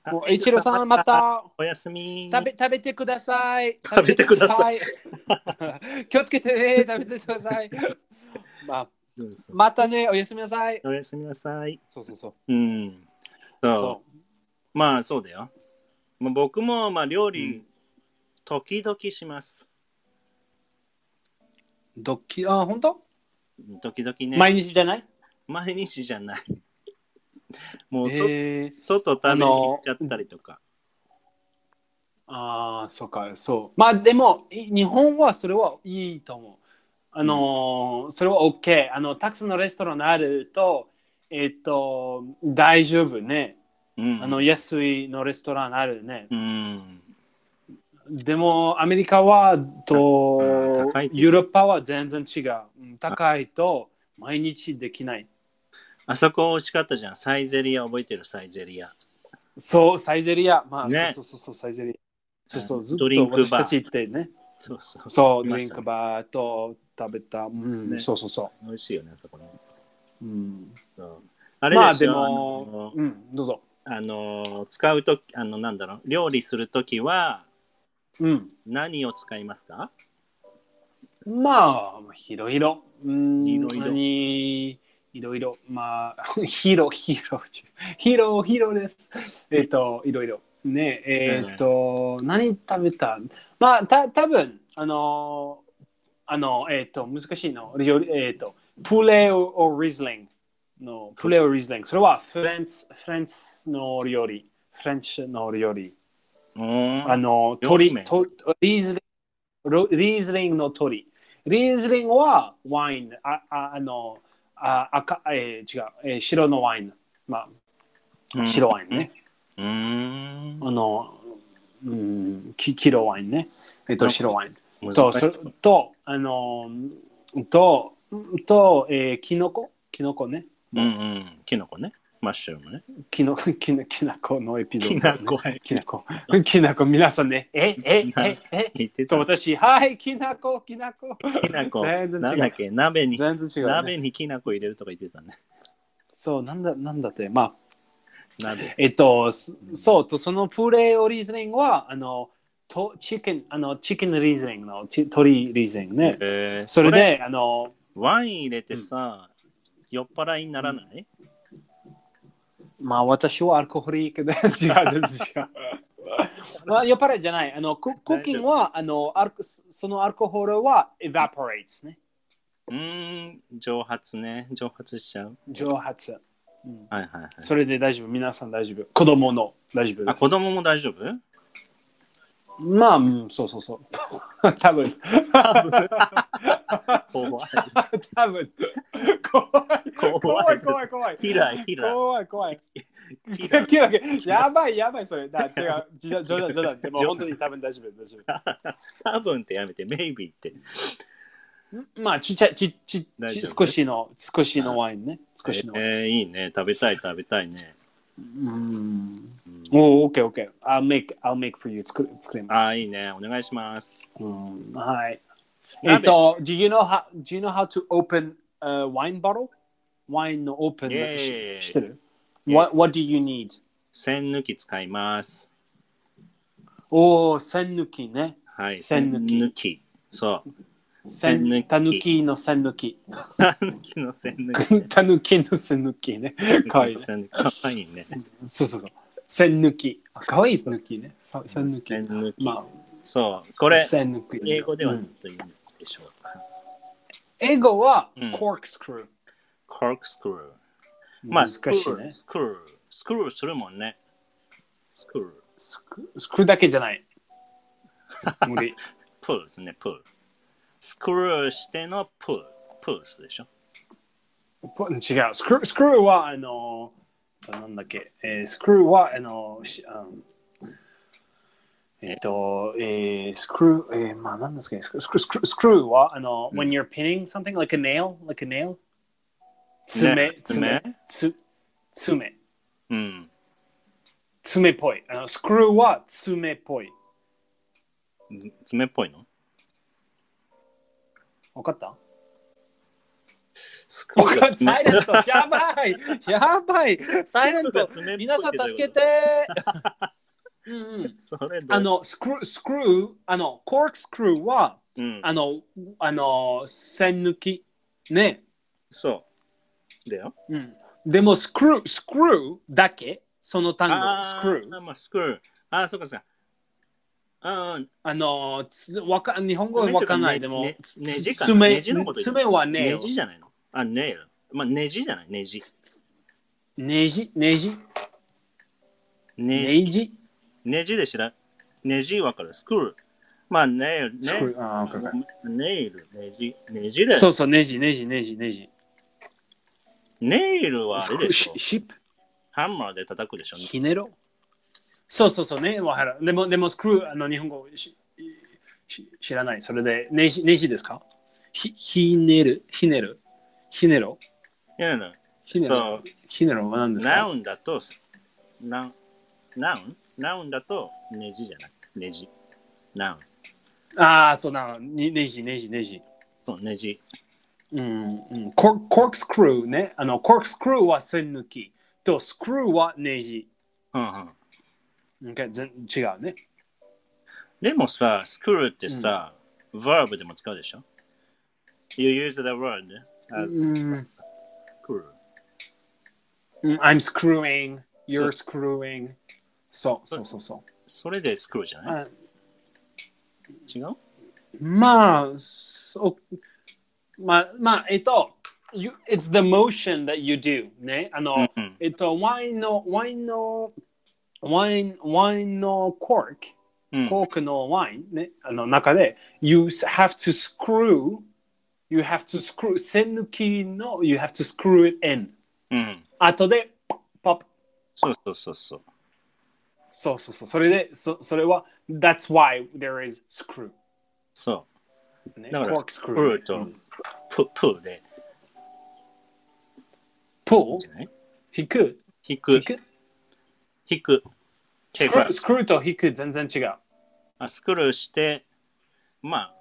S1: あ
S2: もう、イチローさん、ま。た
S1: おやすみ。
S2: 食べ食べてください。
S1: [LAUGHS] 食べてくださ
S2: い。 [LAUGHS] 気をつけてね、
S1: [LAUGHS]
S2: 食べてください。まあ、
S1: うんそう
S2: またね、おやすみなさい。
S1: おやすみなさい。
S2: そうそうそう。
S1: うん。そう。
S2: そう
S1: まあそうだよ。まあ、僕もまあ料理、時々します。
S2: ドッキあ、本当
S1: 時々ね。
S2: 毎日じゃない
S1: 毎日じゃない。もうそ、
S2: えー、
S1: 外食べに行っちゃったりとか。
S2: ああ、そうか、そう。まあでも、い日本はそれはいいと思う。あのーそれは OK。あの、たくさんのレストランあると、えっと、大丈夫ね。
S1: うん。
S2: あの、安いのレストランあるね。
S1: うん。
S2: でも、アメリカはと、
S1: うん高いっていう
S2: ヨーロッパは全然違ううん。高いと、毎日できない。
S1: あそこ美味しかったじゃん。サイゼリア覚えてるサイゼリア。
S2: そう、サイゼリア。まあ、
S1: ね
S2: そうそうそう、サイゼリア。そうそうう、
S1: ん
S2: ずっ
S1: ドリン
S2: と
S1: クバー
S2: 私たち行ってね。
S1: そうそう。
S2: そう、
S1: い
S2: ド
S1: ま
S2: リ
S1: し
S2: ン
S1: た
S2: クバーと食べた。うん、
S1: ね
S2: そうそうそ
S1: 美味しいよね、あそこね。
S2: う。うん、
S1: そうあれ
S2: まあ
S1: で
S2: です
S1: よ、
S2: も、うん、どうぞ。
S1: あのあの使うとき、あの、なんだろう、料理するときは
S2: うん。
S1: 何を使いますか
S2: まあ、いろいろ。うん、
S1: いろいろ
S2: 何いろいろ。まあ、ヒロ、ヒロ、ヒロ、ヒロです。えっ、と、いろいろ。ね、えっ、と、何食べたまあ、た多分あのー、あの、えっ、と、難しいの。料理えっ、と、プレオ・オ・リズリングの、プレオ・リズリング。それはフレンチ、フレンチの料理。フレンチの料理。
S1: うーん
S2: あの、
S1: 両面
S2: 鳥、とリーズリンロリーズリングの鳥。リーズリングはワイン、あああのあ赤えー違う、えー白のワイン、ま
S1: う
S2: あ、
S1: ん
S2: 白ワインね。
S1: うーん。
S2: あの、うん、き黄色ワインね。えっと、白ワイン。
S1: 難し
S2: と、
S1: い
S2: それと、あの、と、と、えー、キノコキノコね。
S1: うんうん。キノコね。マッシュルームね。
S2: キノ [LAUGHS] コ、キノキノコのエピソード、
S1: きなこはい
S2: きなこ。 [LAUGHS] きなこ、皆さんね。え、え、え、え、
S1: 言ってた
S2: と私、はい、きなこ、きなこ。
S1: きなこ。
S2: 全然違う
S1: なんだっけ鍋に、
S2: 全然違う、ね。
S1: 鍋にきなこ入れるとか言ってたね。
S2: そう、なんだ、なんだって。まあ、
S1: 鍋。
S2: えっと、すそう、とそのプレオリーズリングは、あの、とチキン、あの、チキンリーズリングの、ち鳥リーズリングね。
S1: えー
S2: それで、あの、
S1: ワイン入れてさ、酔っ払いにならない、
S2: まあ、私はアルコホリックで、 [LAUGHS] 違う、全然違う。まあ、酔っ払いじゃない。あの、ククッキングは、あの、アルコそのアルコホールは、evaporates ね。
S1: うーん、蒸発ね。蒸発しちゃう。
S2: 蒸発。
S1: はいはいはい。
S2: それで大丈夫、皆さん大丈夫。子供の大丈夫
S1: あ、
S2: です
S1: 子。供も大丈夫
S2: まあ、うん、そうそう [LAUGHS] そう。多分 [LAUGHS]
S1: 怖い。
S2: 多分怖い怖
S1: 怖
S2: い
S1: い
S2: 怖い怖い
S1: キラー、キラ
S2: 怖い怖い
S1: ー。キ
S2: キ
S1: ラ
S2: ラキラやばいやばいそれだ違うじゃ冗談冗談でも [LAUGHS] 本当に多分大丈夫大丈
S1: 多分ってやめて、メイビーって。
S2: 夫まあちっちゃいちち
S1: 大
S2: ち
S1: 丈夫
S2: 少しの少しのワインね少しのワイン、
S1: えー、いいね。食べたい、食べたいね。
S2: うん
S1: うん
S2: おー OK OK I'll make I'll make for you 作る作ります
S1: あー、いいね。お願いします。
S2: うんはいえ
S1: 鍋
S2: っと Do you know how Do you know how to open a wine bottle ワインの open
S1: Yeah.
S2: ししてる
S1: Yes.
S2: What What do you need
S1: 栓抜き使います。
S2: おお栓抜きね
S1: はい。
S2: 栓抜き
S1: 栓抜き。そう。
S2: せ
S1: 栓抜
S2: ん
S1: き
S2: たぬきのせん
S1: [LAUGHS]
S2: ぬき。
S1: 栓抜きの栓抜き。
S2: たぬきのせんぬ
S1: [LAUGHS]
S2: きね。かわいいね。
S1: 栓抜きかわいいね。
S2: そうそうそう。せんぬき。あかわいいぬきね。させんぬき。
S1: 栓抜き。
S2: ま
S1: そう。こ
S2: あ、
S1: れ、
S2: せんぬき。
S1: 英語では
S2: う
S1: 何
S2: ん
S1: と言うんでしょうか。
S2: 英語は
S1: うん
S2: コークスクルー。
S1: コークスクルー。まあ、
S2: 難
S1: ス
S2: し
S1: ク
S2: い
S1: ー
S2: ね
S1: ル、。スクール、スクールするもんね。スクール、
S2: スクスクだけじゃない。無理。
S1: プールですね、プール。スクールしてのプール、プールスでしょ。
S2: ぽ違う。スクスクルーは、あの、なんだっけ。えースクルーは、あの、しあのえっと、えー、スクルー、えー、まあ、なんですかね、スクスクスクスクルーは、あの、when you're pinning something like a nail, like a nail? 爪、爪、つ爪、
S1: うん。
S2: 爪っぽい。あのスクルーは爪っぽい。
S1: 爪っぽいの
S2: わかった
S1: スク
S2: わかった
S1: 爪
S2: サイレントやばいやばいサイレン
S1: スクルーが
S2: ト
S1: 爪っぽいけど
S2: 皆さん
S1: [LAUGHS]
S2: 助けてうんうん
S1: [LAUGHS] それどう
S2: あ、のスクルースクルーあのコークスクルーは
S1: うん、
S2: あのあの栓抜きね、
S1: そう。だよ。
S2: うん、でもスクルースクルーだけその単語
S1: あ
S2: ス
S1: ー
S2: クルー
S1: あ、まあ、スクール。あー、そうかそうか。あー
S2: あのつわか日本語はわかんないでも、
S1: ね
S2: つ
S1: ねじか
S2: 爪
S1: ねじのこと言う
S2: 爪はね
S1: ネジじゃないのあ、ネイル。まあ、ネジじゃないネジ。
S2: ネジネジ
S1: ネジ。
S2: ネジ
S1: ネジでしら。ネジわかる。スクール。まあ、ネイル。
S2: ス
S1: ネイ
S2: ク
S1: ル
S2: ルーあー OK OK
S1: ネイル、ネジ、ネジだ
S2: そ
S1: よ。
S2: うそうネジネジネジネジ
S1: ネイルはあれでしょ
S2: シ。シップ
S1: ハンマーで叩くでしょ。
S2: ひねろそうそうそうね、わかる。でも、でもスクルー、あの日本語しし知らない。それで、ネジネジですかひひねる、ひねる、ひねろ、
S1: いやいや
S2: ひねろ
S1: そ、
S2: ひねろは何です
S1: ナ
S2: か
S1: ウンだと、ナウンナウンナウンだとネジじゃなくて、ネジ。ナウン。
S2: ああ、そうなの。にネジ、ネジ、ネジ。
S1: そう、ネジ。
S2: うんうん、コーコークスクルーね。あの、コークスクルーは線抜き。と、スクルーはネジ。
S1: うんうん。
S2: Okay、全違うね。
S1: でもさ、スクルーってさ、verb、でも使うでしょ ?You use the word
S2: う
S1: as
S2: ん、
S1: screw.
S2: うん I'm screwing, you're screwing. そうそうそうそう。
S1: それでスクルーじゃない
S2: あ
S1: 違う
S2: まあ、そまあ、まあ、えっと、you, it's the motion that you do ね。あの、
S1: うんうん
S2: えっと、ワインの、ワインの、ワイン、ワインのコーク。
S1: うん
S2: コークのワインね、あの中で、You have to screw, you have to screw, 線抜きの、you have to screw it in.
S1: うん。
S2: 後で、ポッポッ
S1: そうそうそうそう。
S2: そうそうそう、それで、そそれは、That's why there is screw.
S1: そ
S2: ね、
S1: う。だか
S2: コ
S1: ら
S2: ー、クス
S1: ス
S2: ク
S1: ク
S2: リュ
S1: ル
S2: ー
S1: ーとププーで、
S2: pull,
S1: じゃない
S2: 引く、
S1: 引
S2: 引
S1: く、
S2: く、
S1: 引く。
S2: ス
S1: 違
S2: ク
S1: う
S2: ルスクルーと引く全然違う。
S1: あスクルーして、まあ、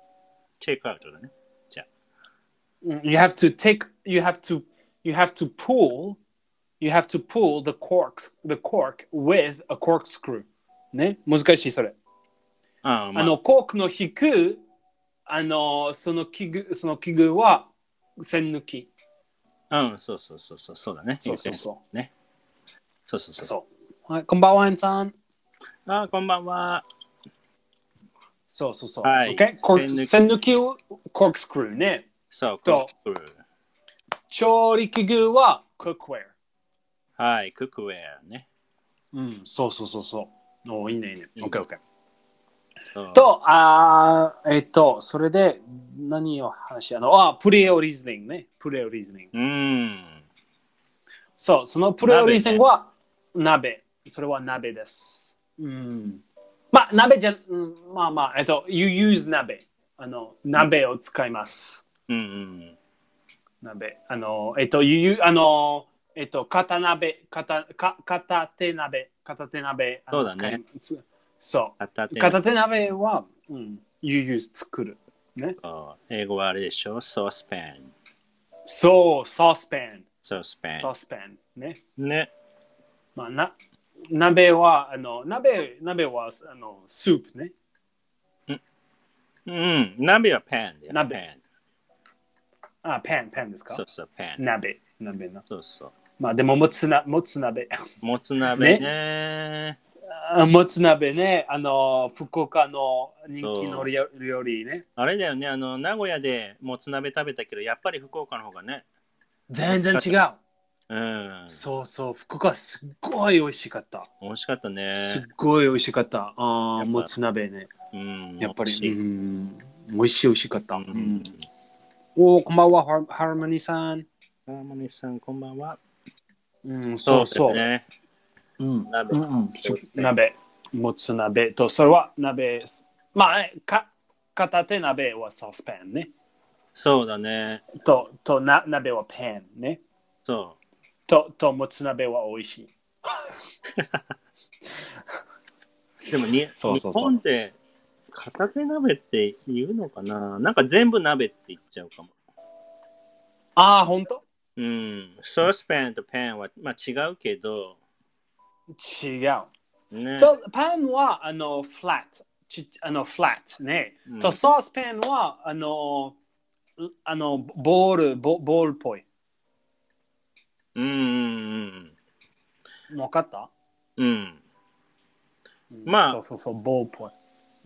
S1: チェックアウトだね。じゃあ
S2: You have to take, you have to, you have to pull, you have to pull the corks, the cork with a corkscrew. ね、難しいそれ。
S1: ああ、ま
S2: あ
S1: あ、
S2: のコークの引くあのその器具その器具は線抜き。
S1: うん、そうそうそうそう、そうだね。。
S2: そうそうそう
S1: ね。そうそうそう。
S2: そう。はい、こんばんは、エンさん。
S1: ああ、こんばんは。
S2: そうそうそう。
S1: はい
S2: OK? コ
S1: 栓抜
S2: ー
S1: き
S2: 線抜きをコークスクリューね。
S1: そう、ク
S2: と
S1: ックルー。
S2: 調理器具はクックウェア。
S1: はい、クックウェアね。
S2: うん、そうそうそうそう。おーいいね、いいね。
S1: いいね
S2: OK、OK。
S1: そう
S2: と、あーえっと、それで何を話しあの、あ、プレオリズニングね。プレオリズニング。
S1: うん。
S2: そう、そのプレオリー戦は鍋。それは鍋です。うん。まあ、鍋じゃ、うんまあまあ、えっと、you use 鍋。あの、鍋を使います。
S1: うんうん。
S2: 鍋。あの、えっと、you use、あの、えっと、片鍋、片、か片手鍋、片手鍋。あの
S1: そうだね。
S2: 使いますそ
S1: 片
S2: う。
S1: 手
S2: 片手鍋は、うん、you use 作る。
S1: そう英語はあれでしょソースペン。
S2: そう、ソースペン。
S1: ソースペ
S2: ソースペン。ね。
S1: ン。ね。
S2: まあ、な、鍋は、あの、鍋、鍋は、あの、スープね。
S1: うん。鍋はペンだよ。
S2: 鍋
S1: ペン。
S2: あ、ペン、ペンですか
S1: そうそう、ペン。
S2: 鍋。鍋な。
S1: そうそう。
S2: まあでも、もつな、もつ鍋。 [LAUGHS]
S1: もつ鍋ね。
S2: あもつ鍋ね、あの、福岡の人気の料料理ね。
S1: あれだよね。あの、名古屋でもつ鍋食べたけど、やっぱり福岡の方がね。
S2: 全然違う。
S1: うん。
S2: そうそう、福岡すっごい美味しかった。
S1: 美味しかったね。
S2: すっごい美味しかった。あ
S1: やっ
S2: ー
S1: ぱ
S2: もつ鍋ね。
S1: うん。
S2: やっぱ
S1: 美味
S2: り、
S1: し
S2: う
S1: い
S2: ん、美味しい美味しかった。う
S1: うんん。
S2: おーこんばんは、ハハーモニーさん。
S1: ハーモニーさん、こんばんは。
S2: うん、そうそう。
S1: だよね。
S2: うん
S1: 鍋
S2: うんうんす鍋、もつ鍋と、それは鍋です。まあ、えか片手鍋はソースペンね。
S1: そうだね。
S2: と、とな鍋はペンね。
S1: そ
S2: と、と、もつ鍋は美味しい。
S1: う。でもに、
S2: そうそうそう
S1: 日本って片手鍋って言うのかななんか全部鍋って言っちゃうかも。
S2: ああ、本当
S1: うん。ソースペンとペンは、まあ、違うけど、
S2: 違う。
S1: ね。
S2: そう、パンは、あの、フラット。ちあの、フラットね。
S1: うん
S2: と、ソースペンは、あの、うあの、ボール、ボボールっぽい。
S1: うんうん
S2: わかった
S1: うん。うん。まあ
S2: そうそうそう、ボールっぽい。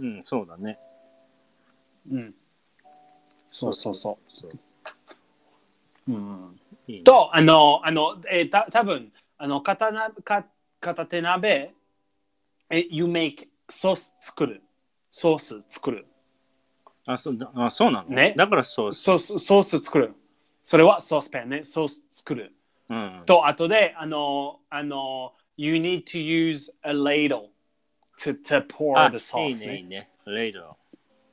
S1: うん、そうだね。
S2: うん。そうそうそう。
S1: そう
S2: うん
S1: いいね、
S2: と、あの、あの、えー、た多分あの、片なか片手鍋、え、you make ソース作る。ソース作る。
S1: あそうだあそうなの
S2: ね
S1: だからそう、
S2: ソース、ソース作る。それはソースペンね。ソース作る。
S1: うん、
S2: と、あとで、あの、あの、you need to use a ladle to, to pour
S1: あ
S2: the
S1: いい
S2: sauce
S1: ね、いい
S2: ね。
S1: ね。レイド。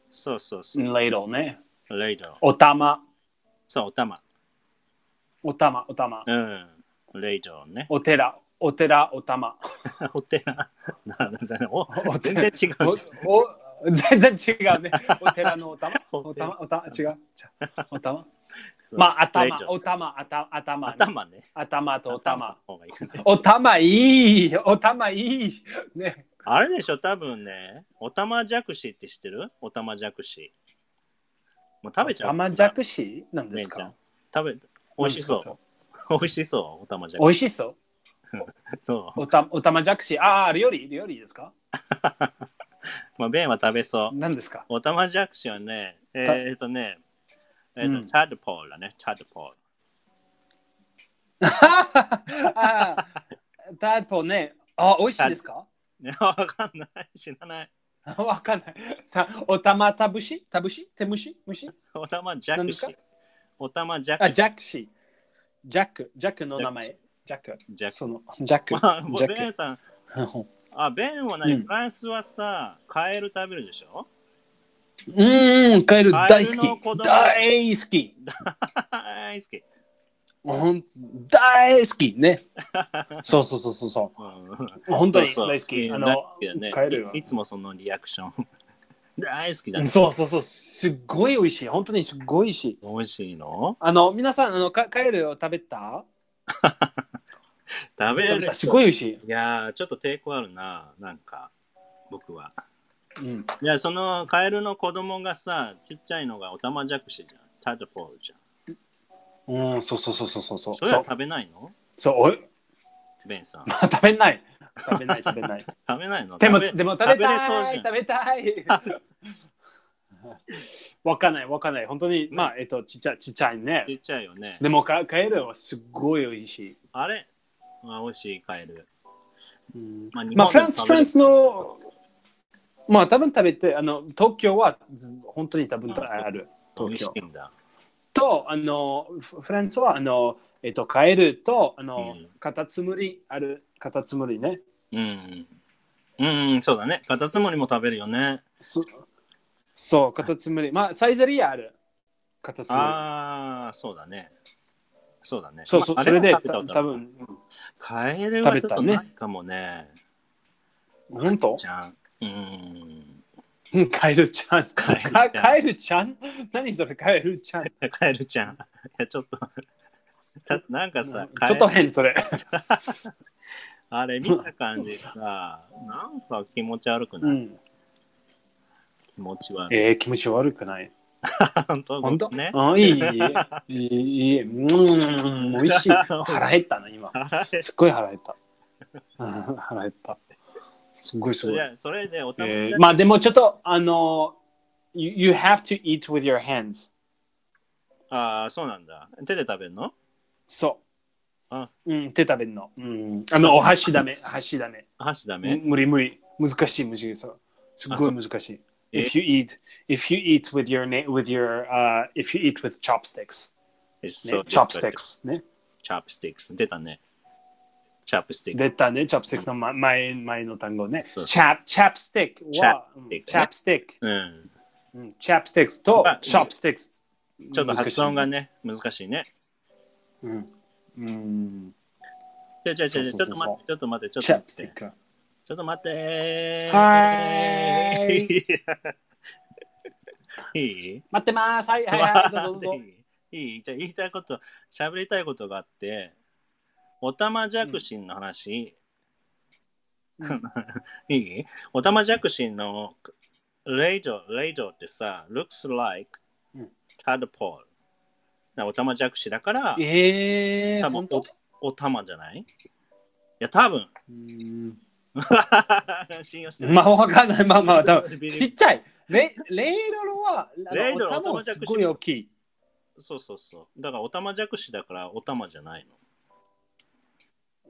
S1: そうそうそう。
S2: ladle ね。
S1: レイド。
S2: お玉、
S1: そう、お玉。
S2: お玉、お玉。
S1: うん。レイドね。
S2: お寺、お寺おたま。
S1: お寺。なななお
S2: お
S1: 全然違うじゃん。
S2: おお全然違うね。お寺のおたま。
S1: お
S2: お
S1: 寺
S2: たま、おたま、違う。おたま。
S1: そう
S2: まあ、
S1: レイ
S2: 頭
S1: ち、ゃん
S2: おたま、あた頭、ね。
S1: 頭ね。
S2: 頭とおたま。
S1: 頭の方がいいかな
S2: おたまいいおたまいいね。
S1: あれでしょ、多分ね、おたまじゃくしって知ってるおたまじゃくし。もう食べちゃう。
S2: おたまじゃくしなんです
S1: レイち
S2: か
S1: ゃん食べ、美味しそう。美
S2: う。
S1: 味しそう、おたまじゃ
S2: 美
S1: くし。
S2: 味しそう。
S1: どう
S2: おたおたまじゃくし。ああ、料理料理ですか
S1: まあ、ベンは食べそう。
S2: 何ですか
S1: おたまじゃくしはね、えー、っとね、えーっ
S2: う
S1: と、
S2: ん
S1: タッドポールだね、タッドポール。
S2: あータッポね。あ、美味しいですか
S1: ね、わかんない。知らない。
S2: [LAUGHS] わかんない。たおたまたぶしタブシ手虫虫
S1: おたまじゃく
S2: 何です
S1: し
S2: か。
S1: おたまじゃく
S2: あ、
S1: し。
S2: ジャックシ。ジャック、ジャックの名前。ジャック。
S1: ジャック
S2: その、ジャック。
S1: まあ、
S2: ジャ
S1: ベン
S2: ッ
S1: さん、
S2: ク。
S1: あ、ベンは何、
S2: うん
S1: フランスはさ、カエル食べるでしょ
S2: うーん、カエル
S1: カエ
S2: 大
S1: ルの子
S2: 好
S1: 供
S2: き。大好き。
S1: 大好き。
S2: ほん大好きね。そうそうそうそうそう。本当に
S1: そうそう
S2: 大好き。あ
S1: 大
S2: の
S1: 好きだね、
S2: カエルはい
S1: いつもそのリアクション。 [LAUGHS] 大好きだね。
S2: そうそうそう、すっごい美味しい。本当にすっごい美味しい。
S1: 美味しいの
S2: あの、皆さん、あのカカエルを食べた
S1: 食べ
S2: 食べ
S1: る
S2: た。すごい美味しい。
S1: いやー、ちょっと抵抗あるな、なんか、僕は。
S2: うん、
S1: いや、そのカエルの子供がさ、ちっちゃいのがオタマジャクシじゃん。タドポールじゃん。
S2: うん、そうそうそうそうそうそう。
S1: それは食べないの
S2: そう、おい
S1: ベンさん。
S2: 食べない。食べない、食べない。
S1: 食べないの
S2: でも、
S1: 食べ
S2: でも食べ
S1: そう
S2: たい。
S1: じゃん
S2: 食べたい。 [LAUGHS] わかんない、わかんない。本当に、まあ、えっと、ちっちゃい、ちっちゃいね
S1: ち。っちゃいよね。
S2: でもカ、カエルはすっごい美味しい。
S1: あれ、まあ、美味しいカエル。
S2: うん
S1: まあ日
S2: まあ、
S1: 本
S2: フラン
S1: で
S2: ス、
S1: も食
S2: フ
S1: べ
S2: ラ
S1: る
S2: ンスの、まあ、多分食べて、あの、東京はず本当に多分
S1: あ
S2: ある。
S1: 美味
S2: 東
S1: し
S2: 京
S1: いんだ。
S2: と、あの、フフランスは、あの、えっと、カエルと、あの
S1: うん、
S2: カタツムリ、ある、カタツムリね。
S1: うん。うん、そうだね。カタツムリも食べるよね。
S2: そそう、カタツムリ。まあ、サイゼリアある。カタツムリ。
S1: ああ、そうだね。そうだね。
S2: そうそう、
S1: まあ
S2: それで、
S1: あは食べた
S2: た
S1: ことあ
S2: 多
S1: る
S2: 分
S1: カエルはちょっと
S2: 食べた
S1: な
S2: ね
S1: いかもね。
S2: 本当
S1: ちゃん。うん。
S2: うん [LAUGHS] カエルちゃん。
S1: カエルちゃん
S2: か [LAUGHS] カエルちゃん何それ、カエルちゃん。
S1: カエルちゃん。いや、ちょっとな。なんかさ、
S2: ちょっと
S1: カエル
S2: 変、それ。
S1: あれ見た感じさ、なんか気持ち悪く
S2: う
S1: ない、
S2: ん、
S1: 気持ち悪い。
S2: えー、気持ち悪くない。
S1: [LAUGHS] 本当
S2: 本当
S1: ね。
S2: あいい、いい、いい、うん、美味
S1: [LAUGHS]
S2: しい。腹減ったな、今。すっごい腹減った。 [LAUGHS] うん腹減った。すごいす
S1: そ
S2: ごい。
S1: れそれでおたまじゃ
S2: え
S1: く
S2: ー、まあでもちょっと、あの、you, you have to eat with your hands.
S1: ああ、そうなんだ。手で食べるの
S2: そう。
S1: あ
S2: うん、手食べんの。うん、あの、お箸ダメ、箸ダメ。
S1: 箸ダメ、
S2: 無理無理。難しい難しい。そうすっごい難しい。
S1: え
S2: If you eat, if you eat with your na- with your、uh, if you eat with chopsticks, ね、chopsticks ね。
S1: チョップスティックス。出たね。チョップスティック
S2: 出
S1: ス。
S2: たね、chopsticks の前前前の単語ね。
S1: そう
S2: chap chapstick は
S1: chapstick
S2: うん
S1: ね
S2: chapstick
S1: うん。
S2: うん chapsticks と
S1: まあ
S2: chopsticks
S1: ちょっと発音が
S2: ね。
S1: ね、難しいね。
S2: うんうん
S1: じゃあじゃあじゃあち
S2: そう
S1: ょ
S2: そ
S1: っ
S2: う
S1: と
S2: そう
S1: 待って、ちょっと待って、ちょっと待って。
S2: chapstick
S1: ちょっと待って。
S2: はー
S1: い。いい
S2: 待ってます。はいはいはい。ど
S1: [LAUGHS]
S2: うぞどうぞ。
S1: いいじゃあ言いたいこと、喋りたいことがあって、おたまじゃくしんの話、いいおたまじゃくしんのレイド、レイドってさ、looks like
S2: うん
S1: tadpole。なおたまじゃくしだから、
S2: え
S1: 多
S2: ー、
S1: 分
S2: 本
S1: お
S2: 当
S1: おたまじゃないいや、多分
S2: うん
S1: 信用してない。
S2: [LAUGHS] まあわかんない。まあまあ、多分
S1: ビリビ
S2: ち
S1: リ
S2: っちゃい。レレイロロは、あ
S1: レイ
S2: の
S1: ロロ
S2: お玉はすごい大きい。
S1: そうそうそう。だから、おたまじゃくしだから、おたまじゃない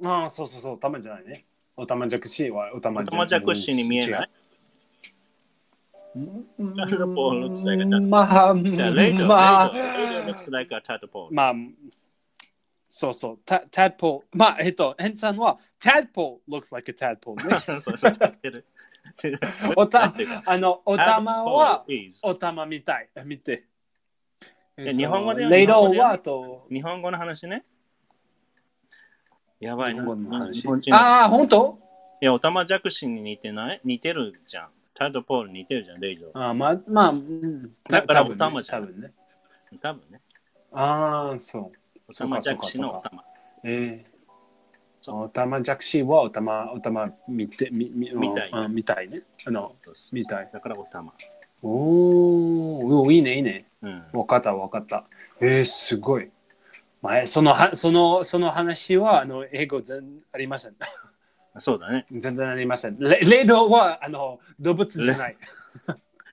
S1: の。
S2: ああ、そうそうそう、お玉じゃないね。お玉じゃくしはお玉
S1: おたまじゃくしに見えない。
S2: うん
S1: タルポールつなげた
S2: ま
S1: [LAUGHS]
S2: あ、
S1: じゃあ、レイド、
S2: まあ、
S1: レイド、レイド looks like a tadpole。
S2: まあ、そうそう、タタッポール。まあ、えっと、エンさんは、タッポール looks like a tadpole
S1: [LAUGHS]
S2: ね。
S1: そうそう、知ってる。
S2: おた、あの、お
S1: お
S2: 玉は、お玉みたい。見て。えっと
S1: 日本語で
S2: レイロ
S1: 日本語で
S2: はと、
S1: 日本語の話ね。いやばいな。
S3: 日本語の話
S1: 日本人の
S2: ああ、本当
S1: いや、オタマジャクシに似てない似てるじゃん。タイド・ポール似てるじゃん、レイジョ
S2: あーまあ、まあ、うん
S1: だから
S2: 多分ね
S1: おたまじゃん
S2: 多分ね。
S1: ー。多分ね。
S2: ああ、そう。
S1: オタマジャクシのオタマ。
S2: ええ
S1: そ
S2: おたまじゃくしはおたま、おたま見て、み、み、
S1: 見たい
S2: あ見たいね。あの、見たい。
S1: だからオタマ。
S2: おーおー、いいね、いいね。
S1: うん。
S2: わかった、わかった。えー、すごい。前、そのは、その、その話は、あの、英語全ありません。 [LAUGHS]
S1: そうだね。
S2: 全然ありません。レレードは、あの、動物じゃない。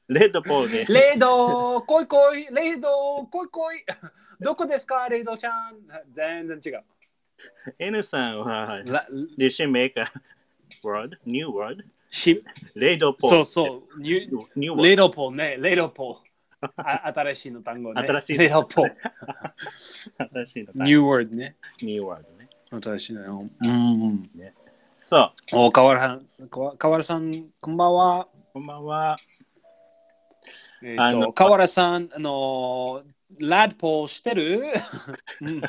S1: レッド・ポールで。
S2: レイドー、こいこい、レイドー、こいこい。どこですか、レイドちゃん。全然違う。
S1: N さんは、
S2: ラ
S1: Did she make a word? New word?
S2: し
S1: レイド・ポール。
S2: そうそう、ニュ
S1: New
S2: レ
S1: word.
S2: イドポーね、レイドポー。あ新しいの単語ね。
S1: 新しい
S2: レイドポー。
S1: 新しいの。
S2: ニューワードね。
S1: New word ね。
S2: 新しいの。うん。
S1: そ
S2: お、河原さん、河原さん、こんばんは。
S1: う。こんばんは。 [LAUGHS]
S2: え
S1: あ
S2: っと、
S1: の
S2: 河原さん、あのー、ラッポーしてる [LAUGHS] うん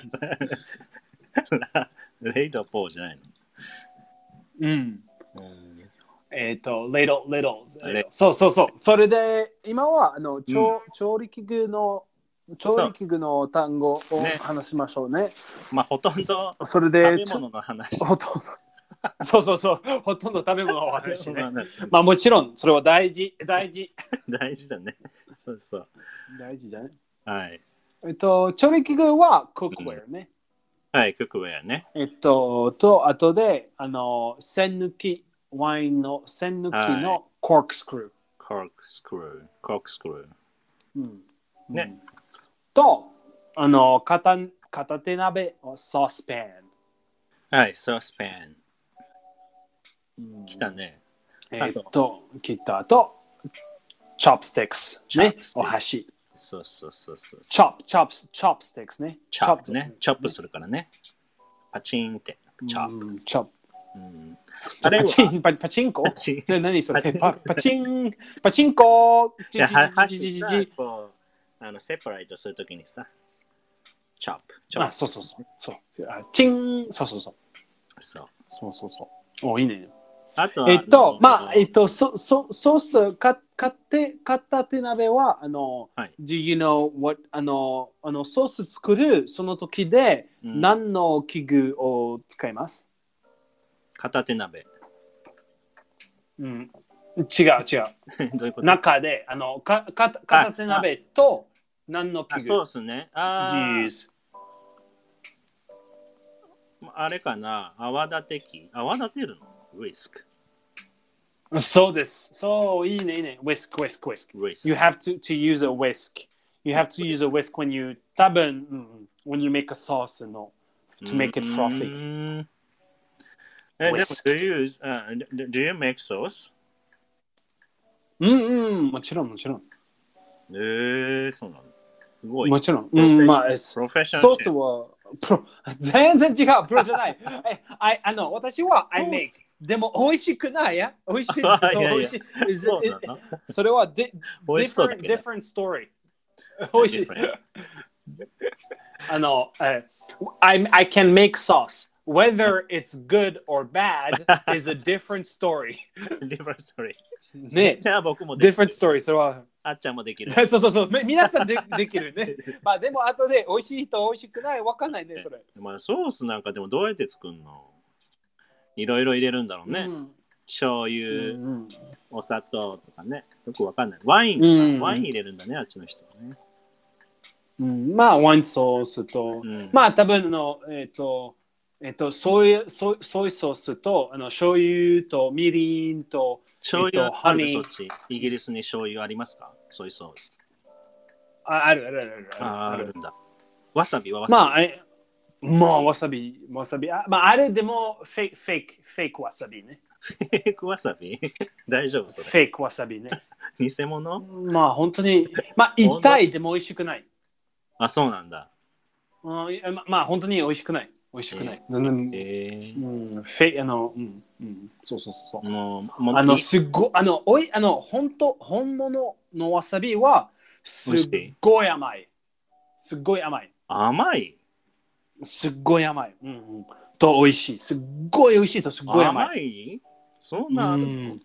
S1: レイド・ポールじゃない
S2: うん。
S1: の。うん
S2: えっ、と、レド、レド
S1: レ。
S2: そうそうそう。それで、今は、あの、調調理器具の、調理器具の単語を
S1: ね
S2: 話しましょうね。
S1: まあ、ほとんど
S2: それ
S1: 食
S2: で
S1: べ、物の話。
S2: ちょほとん [LAUGHS] ど、そうそうそう、ほとんど食べ物の話
S1: 食べ
S2: ね
S1: 物。の話
S2: まあもちろん、それは大事、大事。
S1: [LAUGHS] 大事だね。そうそう。
S2: 大事じゃない
S1: はい。
S2: えっと、調理器具は、クックウェアね。
S1: はい、クックウェアね。
S2: えっと、と、あとで、あの、栓抜き、ワインの栓抜き
S1: はい
S2: のコークスクルー。
S1: コークスクルー。コークスクルー。
S2: うん
S1: ね
S2: うんと、あの、片片手鍋をソースペ
S1: はい、ソースペン。
S2: ン。
S1: 来たね。
S2: え
S1: あ
S2: っ
S1: と
S2: と、切った後、チョップスティックス。ね
S1: chopsticks。
S2: お箸。
S1: そうそうそうそう。
S2: チョップ、チョップ、チョップスティックスね。
S1: チョップね。。チョップするからね。パチンって。チョップ。
S2: うんチョップ。
S1: うんあれ
S2: パ
S1: は
S2: チン、パパチンコ
S1: チン
S2: ね何それ
S1: パチン
S2: パパチン、パチンコ
S1: いやは
S2: じ
S1: 箸
S2: じじじ
S1: さ
S2: じ
S1: こうあのセパレートするときにさ、チョップ。チョ
S2: あ、
S1: ップ。
S2: そうそうそう。そうあチン、そうそうそう。
S1: そう
S2: そうそうそう。お、いいね。
S1: あとは
S2: えっと、
S1: の
S2: まあ、えっと、そ、そ、ソース、か、買って、片手鍋は、あの、
S1: はい
S2: do you know what、あの、あの、ソース作る、その時で、
S1: うん
S2: 何の器具を使います
S1: 片手鍋。 [LAUGHS]
S2: うん。違う違う。
S1: どういうこと
S2: 中で、あの、か、か、片手鍋と、何の
S1: あ
S2: 器具
S1: そうですね。あ
S2: use?
S1: ーあれかな。泡立て器。泡立てるのリスク。
S2: そうです。そう、いいね、いいね。whisk, whisk, whisk.
S1: リス
S2: You
S1: ク。
S2: have to, to use a whisk. You have to use a whisk when you, 多分、うん、when you make a sauce, no. to make it frothy.
S1: うーんえ、でも
S2: Whisk.、
S1: do you, use- あ do do you make sauce?
S2: うんうん、もちろん、もちろん。
S1: えー、そうなの。すごい。
S2: もちろん。
S1: プ
S2: う
S1: ロフェッショ
S2: ん、
S1: ナル
S2: まあ、え
S1: プ
S2: ソ
S1: ロフェッショナル。
S2: ースは、プロ、全然違う、プロじゃない。え、I- あの、私は、I
S1: ソ
S2: make
S1: ー。
S2: でも、美味しくないや美味しいけど。
S1: いやいや
S2: 美味しい。Is
S1: そうな
S2: it-
S1: の
S2: それは、di-
S1: 美味しそうだ
S2: different,
S1: けど
S2: different story. 美味しい。
S1: Different.
S2: あの、え I, I can make sauce. Whether it's good or bad is a different story.
S1: different story.
S2: ね
S1: じゃあ僕もでき
S2: different
S1: る。
S2: story. それは。
S1: あっちゃんもできる。
S2: [LAUGHS] そうそうそう。み皆さんでできる [LAUGHS] ね。まあでも後で美味しい人美味しくないわかんないねそれ。
S1: まあソースなんかでもどうやって作るのいろいろ入れるんだろうね。
S2: うん
S1: 醤
S2: う
S1: 油、
S2: ん
S1: お砂糖とかね。よくわかんない。ワイン、
S2: うん
S1: ワイン入れるんだね、あっちの人はね。
S2: うん、まあワインソースと、
S1: うん
S2: まあ多分あのえっ、とえっ、とソイソイソイソースとあの醤油とみりんと
S1: 醤
S2: え
S1: 油
S2: っと
S1: ある
S2: honey
S1: そっち。イギリスに醤油ありますかソイソース。
S2: ああるあるあるある
S1: あーあるんだ。わさびはわさび。
S2: まあえもうわさびわさびあまああれでもフェイクフェイクフェイクわさびね
S1: フェイ [LAUGHS] クわさび大丈夫そ
S2: フ
S1: れ。
S2: ェイクわさびね
S1: 偽物
S2: まあ本当にまあ
S1: 本当
S2: 痛いでも美味しくない。
S1: あ、そうなんだ。
S2: うんいやままあ本当に美味しくない。美味しくない。全
S1: え
S2: 然
S1: ー
S2: う、ん、フェイあの、うん、うん、そうそうそうそう。
S1: もう、もう
S2: あの、すっごあの、おい、あの、本当、本物のわさびは、すっごい甘い。すっごい甘い。
S1: 甘い。
S2: すっごい甘い。うんうん、と美味しい。すっごい美味しいとすっごい甘い。
S1: 甘いそんなある
S2: うん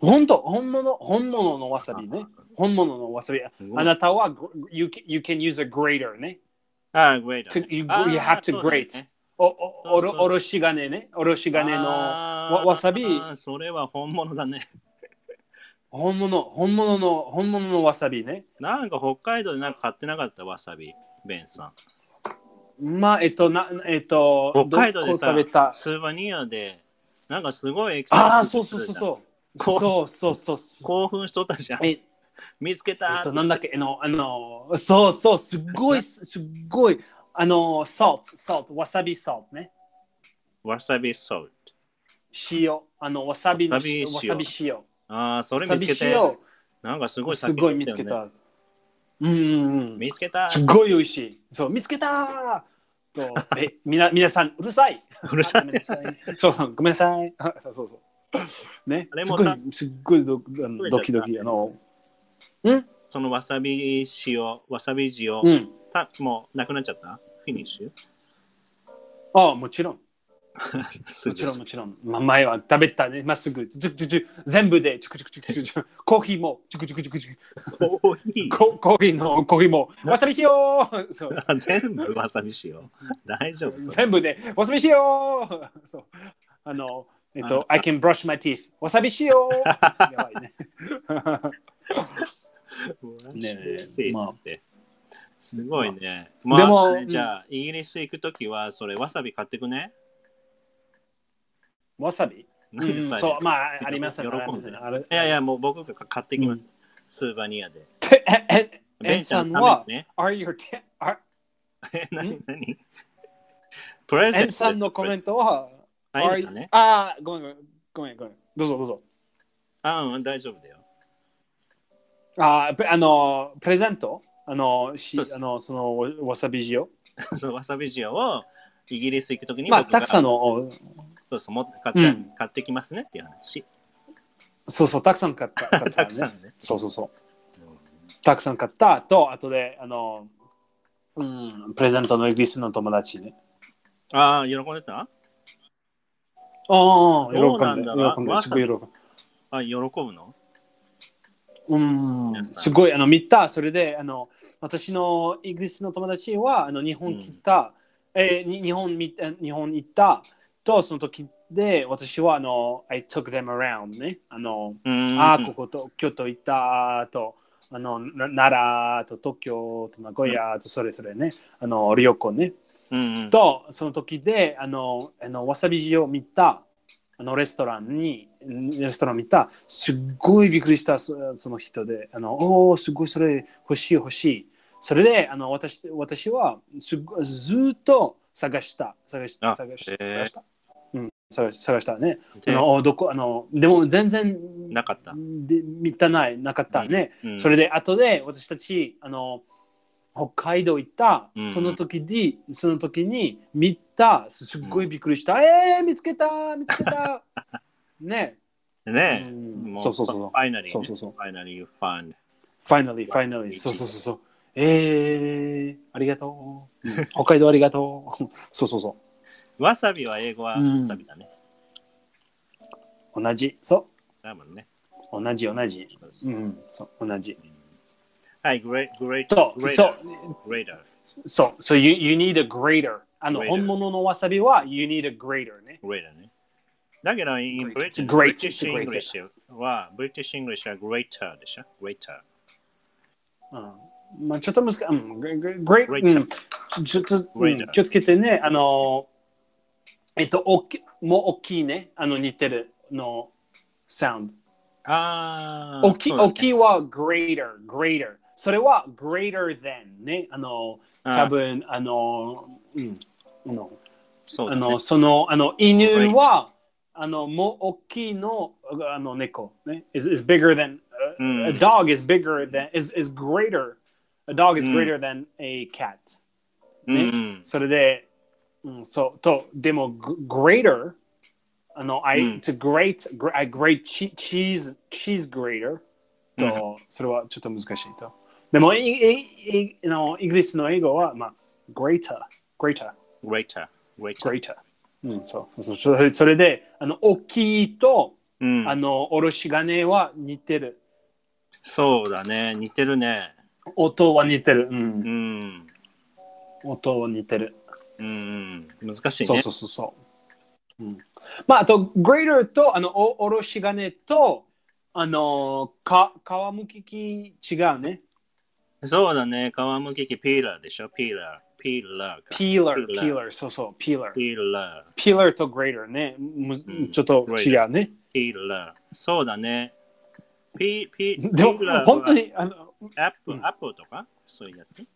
S2: 本当本物本物のわさびね。本物のわさび。あなたは、グ you, can- you can use a grater ね。
S1: ああ、グレー
S2: To, you, you have to grate、おおおろおろし金ね。おろし金のわわさび。
S1: それは本物だね。
S2: 本物、本物の、本物のわさびね。
S1: なんか北海道でなんか買ってなかったわさび、ベンさん。
S2: まあ、えっと、なえっと、
S1: 北海道で
S2: ど
S1: さ
S2: こ食べた、
S1: スーバニアで、なんかすごいエキサイティング
S2: ああ、そうそうそうそう。
S1: こう
S2: そうそうそうそう。
S1: 興奮しとったじゃん。
S2: ええ
S1: 見つけた
S2: っと、なんだっけ、あの、あの、そうそう、すっごい、すすっごい、あの、salt、salt、わさび salt ね。
S1: わさびソルト。
S2: 塩、あの、わさびの
S1: わさび塩
S2: わさび塩。
S1: ああ、そ
S2: わ
S1: れ
S2: さ
S1: 見
S2: び
S1: つけて。
S2: 塩、
S1: なんかすごい
S2: す
S1: 酒
S2: ごい
S1: 飲ん
S2: 見
S1: だよ
S2: つけ
S1: ね
S2: た。うんうんうん。
S1: 見つけた。
S2: すっごい美味しい。そう、見つけたーと、え、みな、皆さん、うるさい。
S1: うるさい
S2: あごめんなさい。そう、ごめんなさい。あそうそうそう。ね
S1: あ、れ
S2: す
S1: も
S2: ごい
S1: た、
S2: すっごいドあのドキドキ、あの、
S1: そのわさび塩、わさび塩、
S2: うん。
S1: たもうなくなっちゃったフィニッシュ [LAUGHS]
S2: ああ、もちろん、
S1: す
S2: も
S1: ぐ
S2: ちろん、もちろん。まあ、前は食べたね、まっすぐ、ちゅちゅちゅ全部で、ちゅくちゅくちゅくちゅちゅコーヒーも、ちゅくちゅくちゅくちゅ
S1: 多い。
S2: ココーヒーの、コーヒーも、わさびしようそう。
S1: 全部わさび塩。大丈夫それ
S2: 全部で、わさびしよう [LAUGHS] そう。あの、えっと、I can brush my teeth. わさびしようやばいね。 [LAUGHS] ねえまあ
S1: すごいね。
S2: ま
S1: ま
S2: あ
S1: あ、
S2: でも
S1: じゃあ、イギリス行くときは、それ、わさび買ってくね。
S2: わさび
S1: な
S2: うんん
S1: でさ、
S2: そう、まあ、あります
S1: 喜ん
S2: ね。
S1: で
S2: ありますねあれ
S1: いやいや、もう僕が買ってきます。スーバニアで。
S2: [LAUGHS] てえええ
S1: ベ
S2: ン
S1: ン
S2: さ
S1: さ
S2: ん
S1: ん
S2: は
S1: のた、めにね
S2: Are your te- are-
S1: え、 [LAUGHS] なになにプレゼン
S2: エ
S1: ト
S2: ンさんのコメントは、
S1: あ
S2: are-
S1: いいかね
S2: あー、ごめんごめん、ごめんごめん。どうぞどうぞ。
S1: あ、うん、大丈夫だよ。 [LAUGHS]
S2: あープあの、プレゼントあの、し
S1: そうそう
S2: あのそのわわさび塩
S1: そのわさび塩をイギリス行くときに
S2: まあ、たくさん
S1: の
S2: の、お
S1: そうそう持って買って、
S2: うん
S1: 買ってきますねっていう話。
S2: そうそう、たくさん買った。買った
S1: た
S2: ね
S1: くさんね。
S2: そうそうそう。たくさん買ったと、あとで、あの、うん、プレゼントのイギリスの友達ね。
S1: ああ、喜んでた
S2: ああ、喜
S1: そうなんん
S2: で、
S1: だ
S2: 喜んで、
S1: わさび
S2: すごい喜んで。
S1: あ、喜ぶの
S2: うん
S1: 皆さん
S2: すごいあの見たそれであの私のイギリスの友達はあの日本来た、えーに日本みえ日本行ったとその時で私はあの I took them around ねあの、
S1: うーん。
S2: あーここと京都行ったとあのな奈良と東京と名古屋とそれそれねあの旅行ね
S1: うんうん、
S2: とその時であのあのわさび塩を見たあのレストランにレストラン見たすっごいびっくりしたそその人であのおおすごいそれ欲しい欲しいそれであの私私はすっごずーっと探した探した
S1: あ
S2: 探し
S1: へ
S2: た
S1: ー
S2: 探した、うん、探し探したねあ
S1: で
S2: のおーどこあのでも全然
S1: なかった。
S2: で見たないなかったね、
S1: うん
S2: それで後で私たちあの北海道行った、
S1: うん
S2: その時にその時に見たすっごいびっくりした、えー、見つけた見つ
S1: [LAUGHS]
S2: けたね、
S1: ねえ、
S2: うん
S1: も
S2: そうそうそう
S1: ファイナリー、ね、
S2: そうそうそう
S1: ファイナリー、you found。
S2: finally finally そうそうそうそうえー、ありがとううん北海道ありがとう [LAUGHS] そうそうそ
S1: わさびは英語は
S2: うん
S1: わさびだね。
S2: う同じそ
S1: だもんね。
S2: う同じ同じ
S1: そう
S2: う
S1: そうん
S2: そう同じ
S1: はい、グレグレー
S2: と
S1: ト、グレー
S2: そう
S1: ト、グレート、
S2: そう so you, you need a grater あの
S1: Grater
S2: 本物のわさびは you need a grater ね
S1: グレートね。だけど、in
S2: Great. It's
S1: British,
S2: great.
S1: British
S2: It's great.
S1: English は、British English は greater でしょ ?greater。
S2: うんまあ、ちょっと難しい。うん、グググレイ
S1: グレイ
S2: うんちょちょっと、うん
S1: Greater
S2: 気をつけてね。あの、えっと、おっきもう大きいね。あの、似てるの、サウンド。
S1: ああ、
S2: 大きい、
S1: そうだね
S2: 大きいは greater, greater。それは greater than ね。あの、
S1: あー
S2: 多分、あの、うん、あの、
S1: そう
S2: あ
S1: だね
S2: の、その、あの、犬は、あの、もう大きいの、あの、猫。ね。is, is bigger than, uh,
S1: う
S2: a
S1: ん、
S2: dog is bigger than is is greater a dog is
S1: うん
S2: greater than a cat
S1: うんうん
S2: それで、うん、そうとでもグ greater あの、I
S1: うん
S2: to great gr- I great che- cheese cheese grater と、
S1: うん
S2: それはちょっと難しいとでもいいいあのイギリスの英語はまあ greater greater
S1: greater, greater。
S2: greater うん、そうそうそうそれそれであの大きいと、
S1: うん
S2: あのおろし金は似てる
S1: そうだね。似てるね。
S2: 音は似てる、う、
S1: うんん。
S2: 音は似てる
S1: うん。難しいね。
S2: そうそうそうそう、うん、まああとグレーダーとあのおおろし金とあのか皮むき器違うね
S1: そうだね。皮むき器ピーラーでしょ。ピーラー。ピーラーか。
S2: ピーラー
S1: ピ
S2: ピ
S1: ーラー
S2: ーラーそうそうピーラー
S1: ピーラー。
S2: ピーラーとグレーダーねむ
S1: ん
S2: ちょっと違うね、
S1: ピーラー。そうだね。ピピピ
S2: でも
S1: ーラーは
S2: 本当にあの
S1: アップ、
S2: うん
S1: アップとかそういうやつ。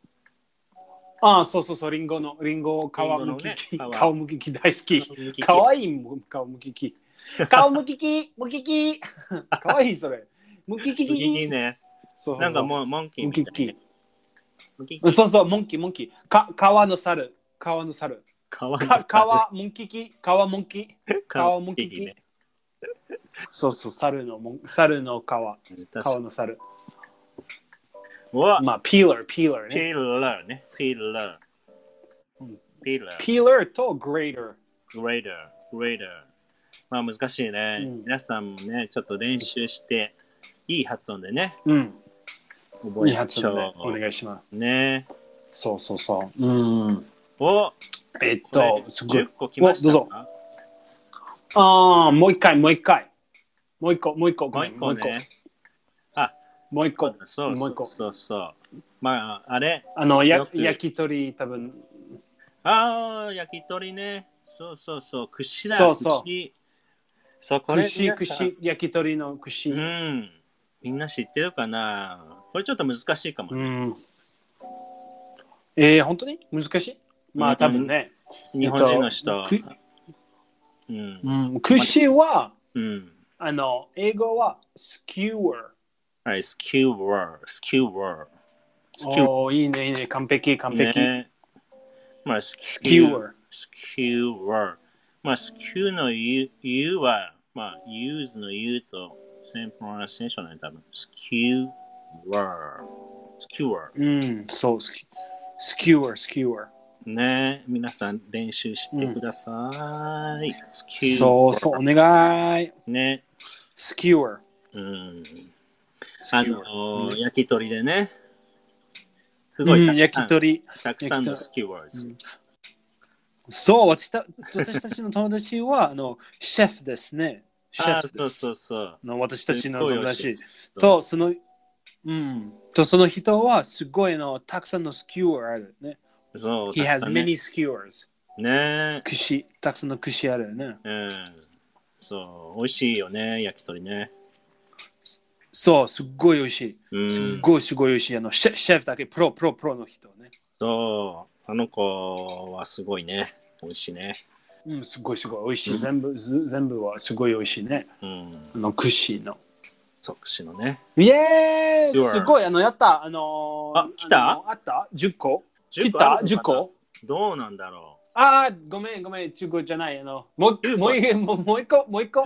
S2: ああ、そうそうそう、リンゴの、リンゴを皮むき
S1: リ
S2: 器、
S1: ンゴのね皮
S2: 皮むき器大好
S1: 皮むき器
S2: き。かわいいもん皮むき器。皮むき器、むき器。かわいい、それ。むき器。
S1: 右にね。
S2: そうそうそう
S1: なんかもう、モンキー
S2: む
S1: み
S2: き
S1: たいな
S2: 器
S1: ね。。むき器
S2: そうそう、モンキー、モンキー。か、皮の猿。皮の
S1: [LAUGHS]
S2: 猿。
S1: 皮むき
S2: か、皮、モンキー器、皮、モンキー。皮むき
S1: 皮
S2: 器。そうそう、猿のモン、猿の皮。皮
S1: ね。確かに。
S2: の猿。
S1: わ
S2: まあ、ピーラー、ピーラー
S1: ピ
S2: ね。
S1: ーラーね。ピーラー。ピーラー。
S2: ピーラーとグレーダー。
S1: グレーダー。グレーダー。まあ難しいね。
S2: うん
S1: 皆さんもね、ちょっと練習して、いい発音でね、
S2: うん。
S1: 覚
S2: いい
S1: えま
S2: 発
S1: しょ
S2: 音
S1: う。
S2: でお願いします。
S1: ね。
S2: そうそうそう。うん。
S1: お
S2: えっ
S1: これ
S2: と、すごい
S1: 10。個来ましたか
S2: おどうぞああ、もう一回、もう一回。もう一個、もう一個、
S1: も
S2: ご
S1: う
S2: めん
S1: 一個ね。
S2: もう一個。もう一個
S1: そう
S2: もう
S1: そ
S2: 一
S1: う
S2: 個
S1: そうそう。まあ、あれ
S2: あの、
S1: よ
S2: や
S1: く
S2: 焼き鳥、多分
S1: ああ、焼き鳥ね。そうそうそう。串だ。
S2: そうそう
S1: 串。そう、これ
S2: 串、串、焼き鳥の串。
S1: う
S2: うん。
S1: ん。みんな知ってるかなこれちょっと難しいかも。
S2: えー、本当に難しいま
S1: う
S2: あ、
S1: ん
S2: 多分ね。
S1: 日本人の人。
S2: えっとく
S1: うん。
S2: うん、串は、
S1: うん。
S2: あの、英語は、スキュー r
S1: はい、スキューワー、スキューワー。スキュ
S2: おーいいね、いいね、完璧、完
S1: ー、
S2: 璧。
S1: ね。まあ、ス
S2: ス
S1: キ
S2: キ
S1: ュ
S2: ュ
S1: ー
S2: ー、
S1: スキューワー。まあ、スキューの U, U は、まあ、ユーズの U と、センプロナセーションね、多分。スキューワー。スキューワ
S2: うん、そう、スキスキュー、スキュー。
S1: ー。ね皆さん練習してください。スキュー
S2: そうそう、お願い。
S1: う。ね。
S2: スキュー。
S1: うん。
S2: ス
S1: あ
S2: キュー。
S1: のー、焼き鳥でね。すご
S2: う
S1: い
S2: ん、
S1: たく
S2: 焼
S1: さん
S2: き、鳥。
S1: たくさんの
S2: 焼き鳥
S1: スキューワーズ。
S2: そう、私た私たちの友達はあのシェフですね。シェ
S1: あ
S2: フで
S1: ー
S2: す
S1: そうそうそう。
S2: あの私たちの友達
S1: すっごい美味しい
S2: とその、うん、とその人はすごいあのたくさんのスキューあるね。
S1: そう。
S2: He
S1: たく
S2: has
S1: さんね
S2: many skewers.
S1: ねえ。
S2: 串、たくさんの串あるね。
S1: うん。そう。美味しいよね、焼き鳥ね。
S2: そう、すっごい美味し
S1: う
S2: い。すっ
S1: ん。
S2: ごいすごい美味しい。あのシェシェフだけプロプロプロの人ね。
S1: そう。あの子はすごいね。美味しいね。
S2: うん、すごいすごい美味しい。全部ず全部はすごい美味しいね。
S1: うん。
S2: あの串の。
S1: 即死のね。
S2: イエー
S1: Sure.
S2: イすごいあのやったあのー
S1: あ来た
S2: あのあった10個
S1: 10
S2: 来
S1: 個
S2: た
S1: あるの
S2: ?10
S1: かな
S2: 個
S1: どうなんだろ
S2: ああ、ごめんごめん、10個じゃない。あのもう
S1: 10個
S2: もう一もうもう一個、もう一個。
S1: う。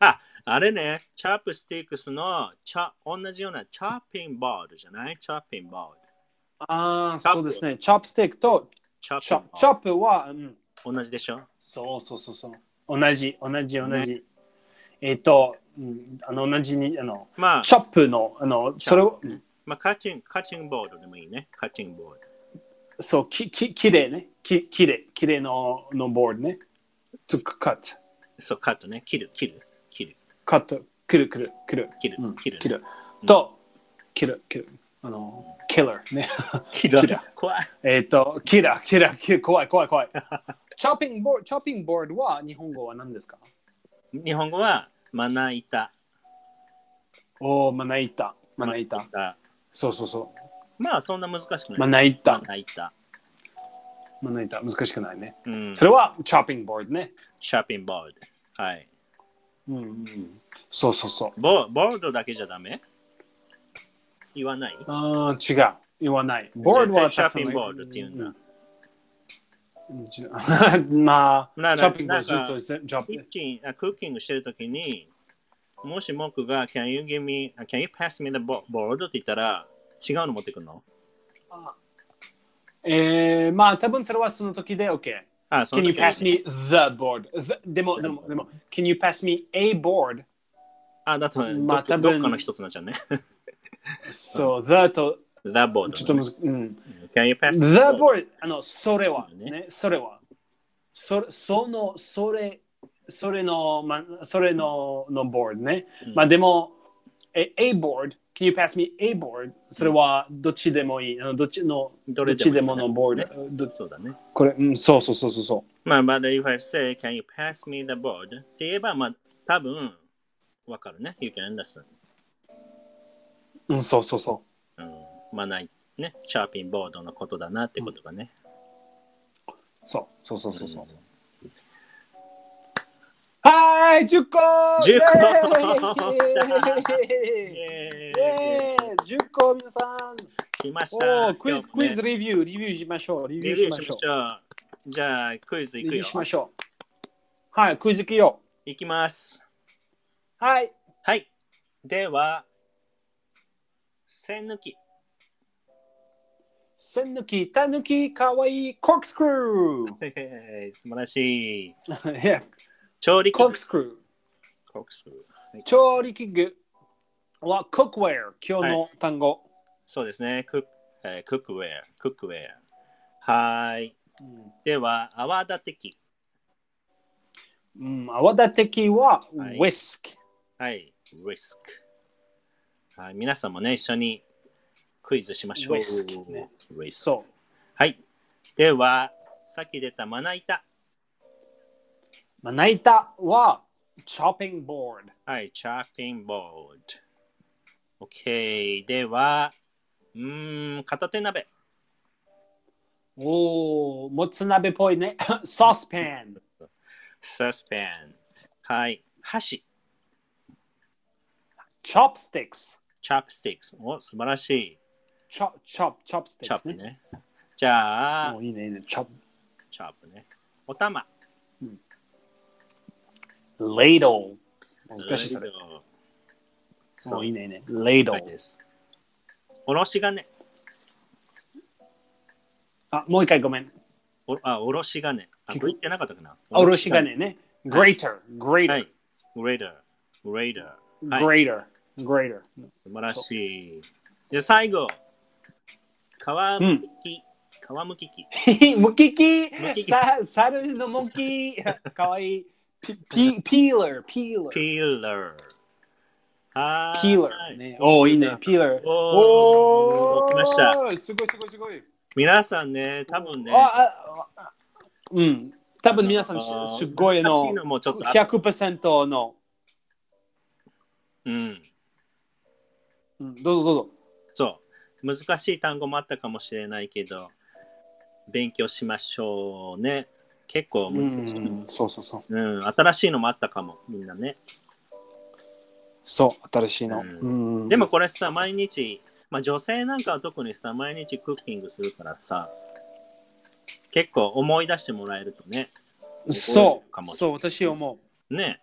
S1: あ、あれね。チャップスティックスのチャ、同じようなチャッピングボールじゃないチャッピングボール。
S2: ああ、
S1: Chop.
S2: そうですね。チョップスティックと
S1: チャッ
S2: チ
S1: ピ
S2: ョ
S1: ン
S2: ッ
S1: グ
S2: プ
S1: ボ
S2: チョ
S1: ー
S2: ップは、うん、
S1: ル。同じでしょ
S2: そうそうそうそう。同じ、同じ、同じ。えっ、と、うん、あの同じにあの
S1: まあ、
S2: チョップのあのそれを、うん
S1: まあ、カッチング、カッチングボールでもいいね。カッチングボール。
S2: そうきききれいねききれいきれいののボールね。to cut
S1: そう、カットね。切る、切る、切る、
S2: カット、くるくるくる。
S1: 切る、切る。
S2: キル。と、キル、キル。あの、キラーね。
S1: キラ
S2: [LAUGHS] キラ
S1: 怖い。
S2: えっと、キラー、キラー、キラー、怖い、怖い、怖い。チョッピングボード、チョッピングボードは日本語は何ですか
S1: 日本語はまな板。
S2: おー、まな板。まな板。
S1: 板
S2: そうそうそ
S1: まあそんな難しく
S2: う。ま
S1: ない。
S2: な板
S1: ま。な板。
S2: まな板。難しくないね。
S1: うん。
S2: それは、チョッピングボードね。
S1: シャーピングボール。はい。
S2: うんうん。そうそうそう。
S1: ボボードだけじゃダメ言わない
S2: あー、違う。言わない。ボードは
S1: 絶対シャーピングボードっていうんだ
S2: んうんま
S1: な
S2: あ、
S1: んか
S2: チョッピングボードずっとぜ、チョッ
S1: キ
S2: ピ
S1: ッチンあクッキングしてるときに、もし僕が Can you give me, あ can you pass me the bo- board? って言ったら、違うの持ってくるの
S2: えー、まあ、多分それはその時で OK。
S1: あ、そ
S2: Can
S1: の
S2: you
S1: 時
S2: pass me the board? The- でも、でも、でも、Can you pass me a board?
S1: あ、だとね、
S2: まあ
S1: ど
S2: 多分
S1: どっかの一つになっちゃうね。 [LAUGHS]
S2: そう、the と、
S1: the board.
S2: ちょっとむず、うん。
S1: Can you pass
S2: mm.
S1: me
S2: the board、あの、それは、
S1: ね
S2: ね、それは。そその、それ、それの、ま、それの、の board ね。まあでも、え a board、Can you pass me a board? それは、どっちでもいい。あのどっちの、
S1: ど
S2: ど
S1: れ
S2: っち
S1: で
S2: で
S1: も
S2: も
S1: いい
S2: の board。ど mm,
S1: そうだね。
S2: これ、うん、そうそうそうそうそう。
S1: まあ、but if I say, can you pass me the board? って言えば、まあ、多分わかるね。You can understand.
S2: うん、そうそうそ
S1: うん、まあない、ね、シャーピンボードのことだなってことがね。
S2: う。そうそうそうそうそう。はーい、10個
S1: 10個
S2: イエーイ
S1: え
S2: イエ [LAUGHS] ーイ !10 個皆さん
S1: 来ました。
S2: おークイズ、クイズ、
S1: 今
S2: レビュー、レビューしましょう。レ
S1: 日
S2: ビュ
S1: ね、
S2: ー
S1: レビューし
S2: しましょ
S1: ま
S2: う
S1: し。ょう。じゃあ、クイズ
S2: レ
S1: いく
S2: ビュ
S1: よ
S2: ー。しましょう。はい、クイズ行くよ。
S1: いきます。
S2: はい。
S1: はい。では、線抜き。 [LAUGHS]
S2: 線抜き、たぬき、かわいい、コックスクル
S1: へへへ素晴らしい。
S2: [LAUGHS] ー。いや、
S1: 調理器
S2: コッ
S1: 具
S2: ク。スクルー。
S1: コックスはい
S2: 調理器具は、コックウェア、今日の単語。
S1: そうですね。クック、えークックウェア、クックウェア。はーい。では、泡立て器。
S2: うん、うん泡立て器は、ウ
S1: はい
S2: ィスク。
S1: はい、risk。はい、皆さんもね、一緒にクイズしましょう。
S2: risk ね
S1: risk
S2: そう。
S1: はい。では、さっき出たまな板。
S2: まな板は、チョッピングボード。
S1: はい、chopping board。OK。では、うーん、片手鍋。
S2: おお、もつ鍋っぽいね。 [LAUGHS] ソースパン。
S1: suspan。はい、箸。
S2: チョップスティックス。
S1: chopsticks。お、素晴らしい。
S2: チョ、チョ、チョップスティックス
S1: chop
S2: ね。
S1: ね。じゃあ
S2: お、いいね、いいね。チョッ
S1: chop ね。お玉。
S2: プ。レイドル。難しいそれ。
S1: そ
S2: お
S1: う、
S2: いいね、いいね。レイド
S1: はい
S2: ル
S1: で。す。おろし金。
S2: あ、もう一回ごめん。
S1: おあ、おろし金。あ、こ
S2: 結構
S1: れ言ってなかったかな。
S2: おろし金ね。グレーター、グレータ
S1: は
S2: ー
S1: い、。グレーダー、グレーダ
S2: グ
S1: ー。はい、
S2: レーター、グレーター。
S1: 素晴らしい。で、最後。皮むき、皮むき器。
S2: ムキ
S1: ムキ
S2: キ
S1: キ
S2: さ、猿のモン
S1: [LAUGHS]
S2: キー。かわいい。ピ、ピ、ピーラー、ピーラー。
S1: ピーラー。はーい。
S2: ピーラー。ね。おー、いいね。ピーラー。
S1: おー来ました
S2: おー。すごい、すごい、すごい。
S1: 皆さんね、多分ね、
S2: あああうん。多分皆さん、す
S1: あの
S2: すっごい
S1: 難
S2: の
S1: しいのもちょっとあ
S2: 100%の、
S1: うん、
S2: うん。どうぞどうぞ。
S1: そう。難しい単語もあったかもしれないけど、勉強しましょうね。結構
S2: う
S1: 難しい。
S2: ん、そうそうそう。
S1: うん、新しいのもあったかも、みんなね。
S2: そう、新しいの。
S1: う
S2: うん、
S1: でもこれさ、毎日、まあ、女性なんかは特にさ、毎日クッキングするからさ、結構思い出してもらえるとね。覚
S2: そ
S1: えるかも
S2: う、そう、私思う。
S1: ね。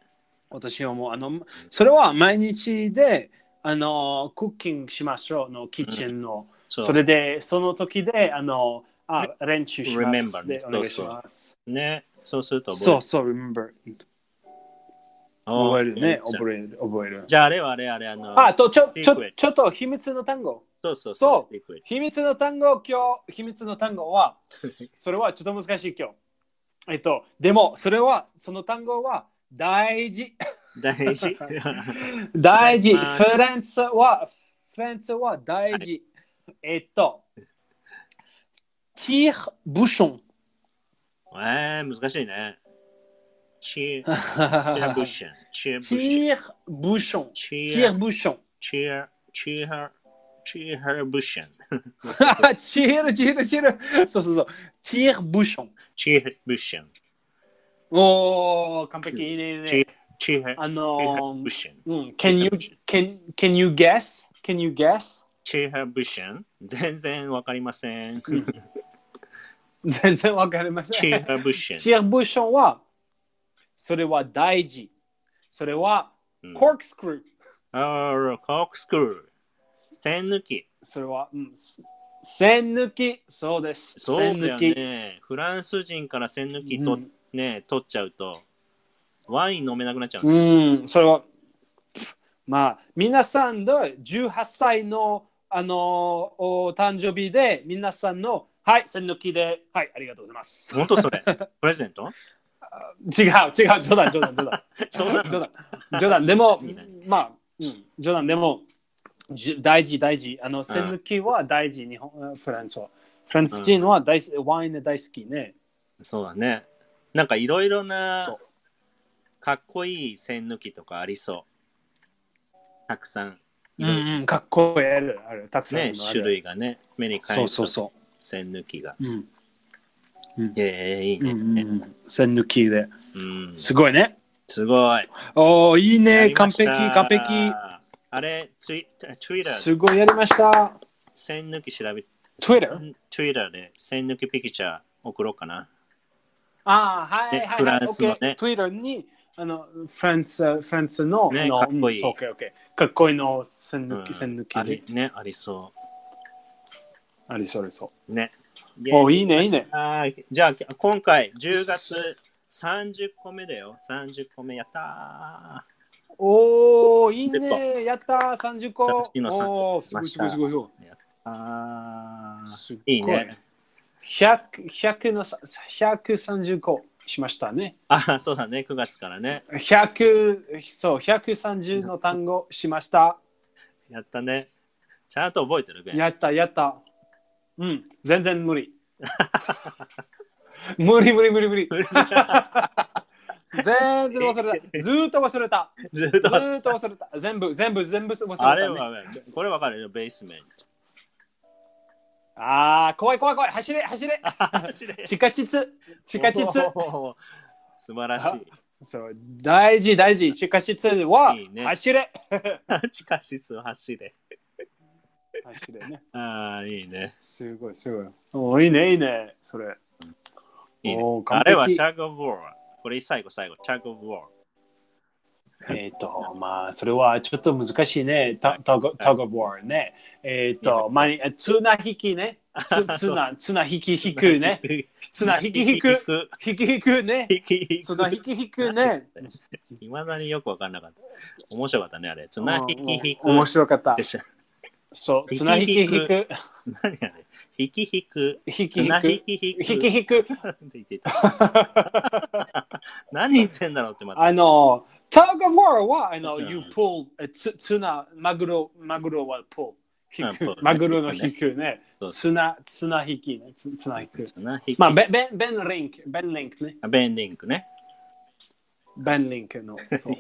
S2: 私思う。あの、それは毎日で、あの、クッキングしましょうの、キッチンの。
S1: そう
S2: それで、その時で、あの、あ、練習しま
S1: Remember
S2: す。
S1: ね
S2: でお願いし
S1: そうそう
S2: ます。
S1: ね。そうすると
S2: そう
S1: 覚
S2: そう、remember。覚え
S1: える。
S2: るね。
S1: える。
S2: 覚える、覚える。
S1: じゃあ、あれはあれあれ、あの、
S2: あと、ちょ、ちょ
S1: Secret、
S2: ちょっと秘密の単語。
S1: そうそう
S2: そう
S1: そう。secret
S2: 秘密の単語、今日、秘密の単語
S1: [LAUGHS]
S2: は、それはちょっと難しい今日。えっと、でも、それは、その単語は大事。
S1: 大事。
S2: 大事。
S1: お願いします
S2: フランスは、フランスは大事。えっと、ティーブショ
S1: [LAUGHS]
S2: ン。
S1: えー、難しいね。チー、チアブッ
S2: [LAUGHS] テ
S1: シュン。チアブッシュン。
S2: ィーブション。
S1: チ
S2: テ
S1: ー
S2: ィー、ブション。
S1: チー、チー、チーブッシュン。
S2: チール、チール、チール。そうそうそう。ティーブション。
S1: チーブッシュン。
S2: おー、完璧。いいね、いいね。
S1: チー、
S2: あ
S1: チ
S2: の
S1: ーブッシュン。
S2: うん、can you can can you guess? Can you guess? [LAUGHS]
S1: チーブッシュン。全然わかりません。
S2: 全然わかりま
S1: チ
S2: せん。
S1: ーブッシュン。
S2: チェアブッションはそれは大事。それは
S1: うん
S2: コークスクルー。
S1: あー、コックスクール。栓抜き。
S2: それは、うん、す栓抜き。そうです。
S1: そうだよ
S2: 栓抜き。
S1: ね。フランス人から栓抜き
S2: う
S1: と、
S2: ん
S1: ね、取っちゃうと、ワイン飲めなくなっちゃう。
S2: うん、それは、まあ、皆さんの18歳の、あのーお誕生日で、皆さんの、はい、栓抜きで、はい、ありがとうございます。
S1: 本当それ。 [LAUGHS] プレゼント
S2: 違う、違う、冗談、冗談、冗談。
S1: 冗談
S2: 冗談。冗談でも
S1: いいね、
S2: まあ、うん、冗談でも、じゅ大事、大事。あの、栓抜きは大事、日本、フランスは。フランス人は大好き、ワインで大好きね。
S1: そうだね。なんかいろいろ
S2: そう
S1: なかっこいい栓抜きとかありそう。たくさん。
S2: うんうん、かっこいい、ある、ある、たくさんのあ
S1: ね
S2: る、
S1: 種類がね、目に
S2: そ
S1: 変え
S2: うそう
S1: う。
S2: そ
S1: 栓抜きが。
S2: う。うん。
S1: ええいい
S2: うん
S1: ね。
S2: うんうん栓抜きで。
S1: うん、
S2: すごいね。
S1: すごい。
S2: おお、いい
S1: や
S2: ね。
S1: りま
S2: 完
S1: した
S2: 璧、完璧。
S1: あれ、ツイツイッター、
S2: すごいやりました。
S1: 栓抜き調べ
S2: Twitter?
S1: ツイッターで栓抜きピクチャー送ろうかな。
S2: ああ、は
S1: ね
S2: いはいはい。
S1: フランスのね
S2: OK Twitter に、あの、フランス、フランスの、
S1: ね
S2: あの
S1: かっこいい
S2: うんそう OK、OK。かっこいいの、線
S1: うん
S2: 抜き、線抜き
S1: あ
S2: に
S1: りね、ありそ。
S2: ありそう、ありそう
S1: ね。
S2: う。おお、いいね、いいね。
S1: はいじゃあ今回10月30個目だよ。30個目やった
S2: おお、いい
S1: 30
S2: ね。やったー、30個。
S1: 私の30
S2: おお、すごい、
S1: 出
S2: す
S1: ま
S2: ご
S1: した
S2: い、すごいよ。
S1: ー。やったー。
S2: すっご
S1: いいね。。
S2: 100、100のさ、130個しましたね。
S1: あ、そうだね。9月からね。
S2: 100、そう、130の単語しました。
S1: やったね。ちゃんと覚えてるべ。
S2: やったやった。うん、全然無理。 [LAUGHS] 無理無理無理無理。全然忘
S1: [LAUGHS]
S2: れた。ずーっと忘れた。
S1: [LAUGHS] ずっ
S2: ず
S1: と。
S2: [LAUGHS] ーっと忘れた。全部全部全部忘れた、ね。
S1: あれは、これわかるよ。ベースメント。
S2: あー怖い怖い怖い。走れ [LAUGHS] 走
S1: [LAUGHS]
S2: れ。
S1: あ知れ
S2: 地下鉄地下鉄。
S1: おー [LAUGHS] 素晴らし
S2: そう大事大事。地下鉄はい
S1: いね
S2: 走れ。
S1: い。 [LAUGHS] 地下室を走れ。
S2: 走れね。
S1: ああ、いいね。
S2: すごいすごい。おーいいねいいね。それ。
S1: いいね
S2: おー完
S1: あ
S2: 璧
S1: れはチャグ・オブ・ウォー。これ最後、最後、チャグ・オブ・ウォー。
S2: えっ、と、まあ、それはちょっと難しいね。タタグタグオブワーね。えっ、と、まあ、綱引きね。
S1: [LAUGHS]
S2: つ綱、綱引き引くね。綱引き引く。引き引くね。
S1: 引き引
S2: 綱
S1: く。
S2: 引き引くね。
S1: いまだによくわかんなかった。面白かったね、あれ。綱引き引く。
S2: 面白かった
S1: で。しょ。
S2: そう、綱引き引く。
S1: [LAUGHS] 何あれ。引き引く。
S2: 引き引
S1: 綱
S2: く。
S1: 引き引く。
S2: 引き引く。
S1: って言ってた。
S2: [LAUGHS]
S1: 何言ってんだろうってまた。
S2: あの、タグオブワーは、あの、
S1: うん
S2: you pull、えつ綱、マグロ、マグロは pull。引
S1: うん
S2: く
S1: pull。
S2: マグロの引くね
S1: そう。
S2: 綱、綱引きね。つ綱引く。
S1: 綱引き。
S2: まあ、ベベン、ベンリンク、ベンリンクね。
S1: あベンリンクね。
S2: ベンリンクの。 [LAUGHS]
S1: [LAUGHS]
S2: そう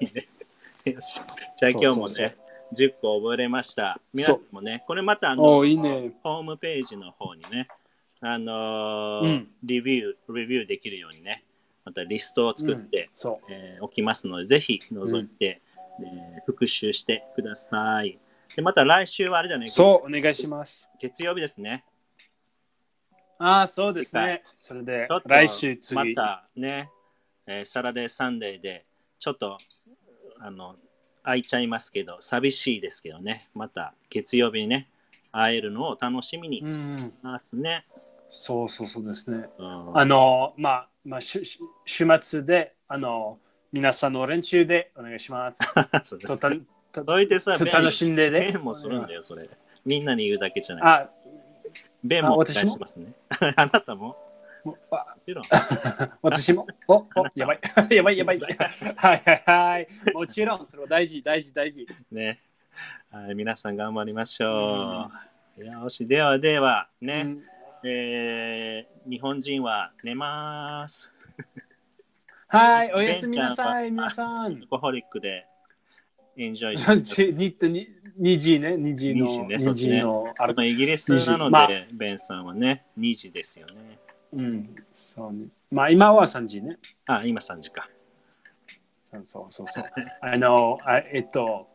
S1: よしじゃあ今日も
S2: そうそう
S1: ね、10個覚えれました。皆さんもね、これまたあの
S2: おーいいね。
S1: ホームページの方にね、あの
S2: う
S1: ー
S2: ん
S1: レビュー、レビューできるようにね、またリストを作って、
S2: そ
S1: えーおきますので、ぜひ覗いて、えー復習してください。で、また来週はあれだね
S2: う。、そう、お願いします。
S1: 月曜日ですね。
S2: ああ、そうですね。それで
S1: ちょっ、と
S2: 来週次。
S1: またね、えーサラデーサンデーで、ちょっと、あの、空いちゃいますけど、寂しいですけどね、また月曜日にね、会えるのを楽しみにし
S2: うん。
S1: ますね。
S2: そうそうそうですね。
S1: うん
S2: あの、まあ、まあ、しゅし週末で、あの、皆さんの練習でお願い
S1: [LAUGHS]
S2: します。
S1: [LAUGHS] そう
S2: とたと
S1: それでさ、
S2: と楽しんでね
S1: 弁。もするんだよ、それ。みんなに言うだけじゃない。
S2: あ、
S1: 弁
S2: あ
S1: もお願い
S2: 私も
S1: しますね。 [LAUGHS] あなたも
S2: もあ
S1: も
S2: [LAUGHS]
S1: ちろん。
S2: 私も。お、お、やばい。 [LAUGHS] やばい、やばい。はいはいはい。もちろん、それは大事、大事、大事。
S1: ね。はい、皆さん頑張りましょう。よし、ではでは、ね。
S2: うん
S1: えー日本人は寝ます。
S2: はい、おやすみなさ
S1: ベ
S2: い、
S1: ンちゃんは
S2: 皆さん
S1: アル。コホリックでエンジョ
S2: [LAUGHS]
S1: イ
S2: 三
S1: して。
S2: 時にってに二時ね二時の
S1: 二時ねそ
S2: 二
S1: っち
S2: 時
S1: ね
S2: のあれ
S1: まあイギリスなので、
S2: まあ
S1: ベンさんはね、2時ですよね。
S2: うんそうねまあ今は三時ね
S1: あ、今3時か。
S2: そうそうそう
S1: [LAUGHS]
S2: そうあのあえっと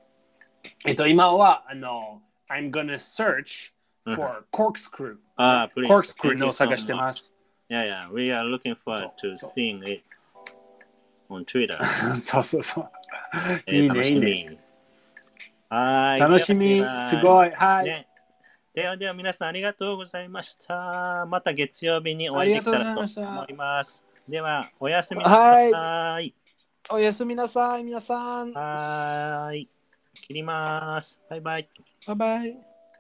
S2: えっと今はあの I'm gonna search for corkscrew
S1: あ、プリ
S2: corkscrew のを探してます
S1: いやいや、we are looking forward
S2: そ
S1: to
S2: うそう
S1: seeing it on
S2: [LAUGHS]
S1: Twitter.
S2: そうそうそう
S1: えー
S2: いい
S1: 楽
S2: ねい
S1: し
S2: い
S1: み
S2: ね
S1: に。はーい。
S2: 楽しみ
S1: では
S2: すごいはい
S1: ねではでは皆さんありがとうございました。また月曜日にお
S2: あ
S1: 会い
S2: り
S1: でき
S2: がと
S1: たら
S2: うござい
S1: と
S2: ました
S1: 思います。では、おやすみな
S2: は
S1: さ
S2: い
S1: い。はーい。
S2: おやすみなさい、皆さん。バ
S1: はーい。切ります。バイバイ。
S2: イバイ。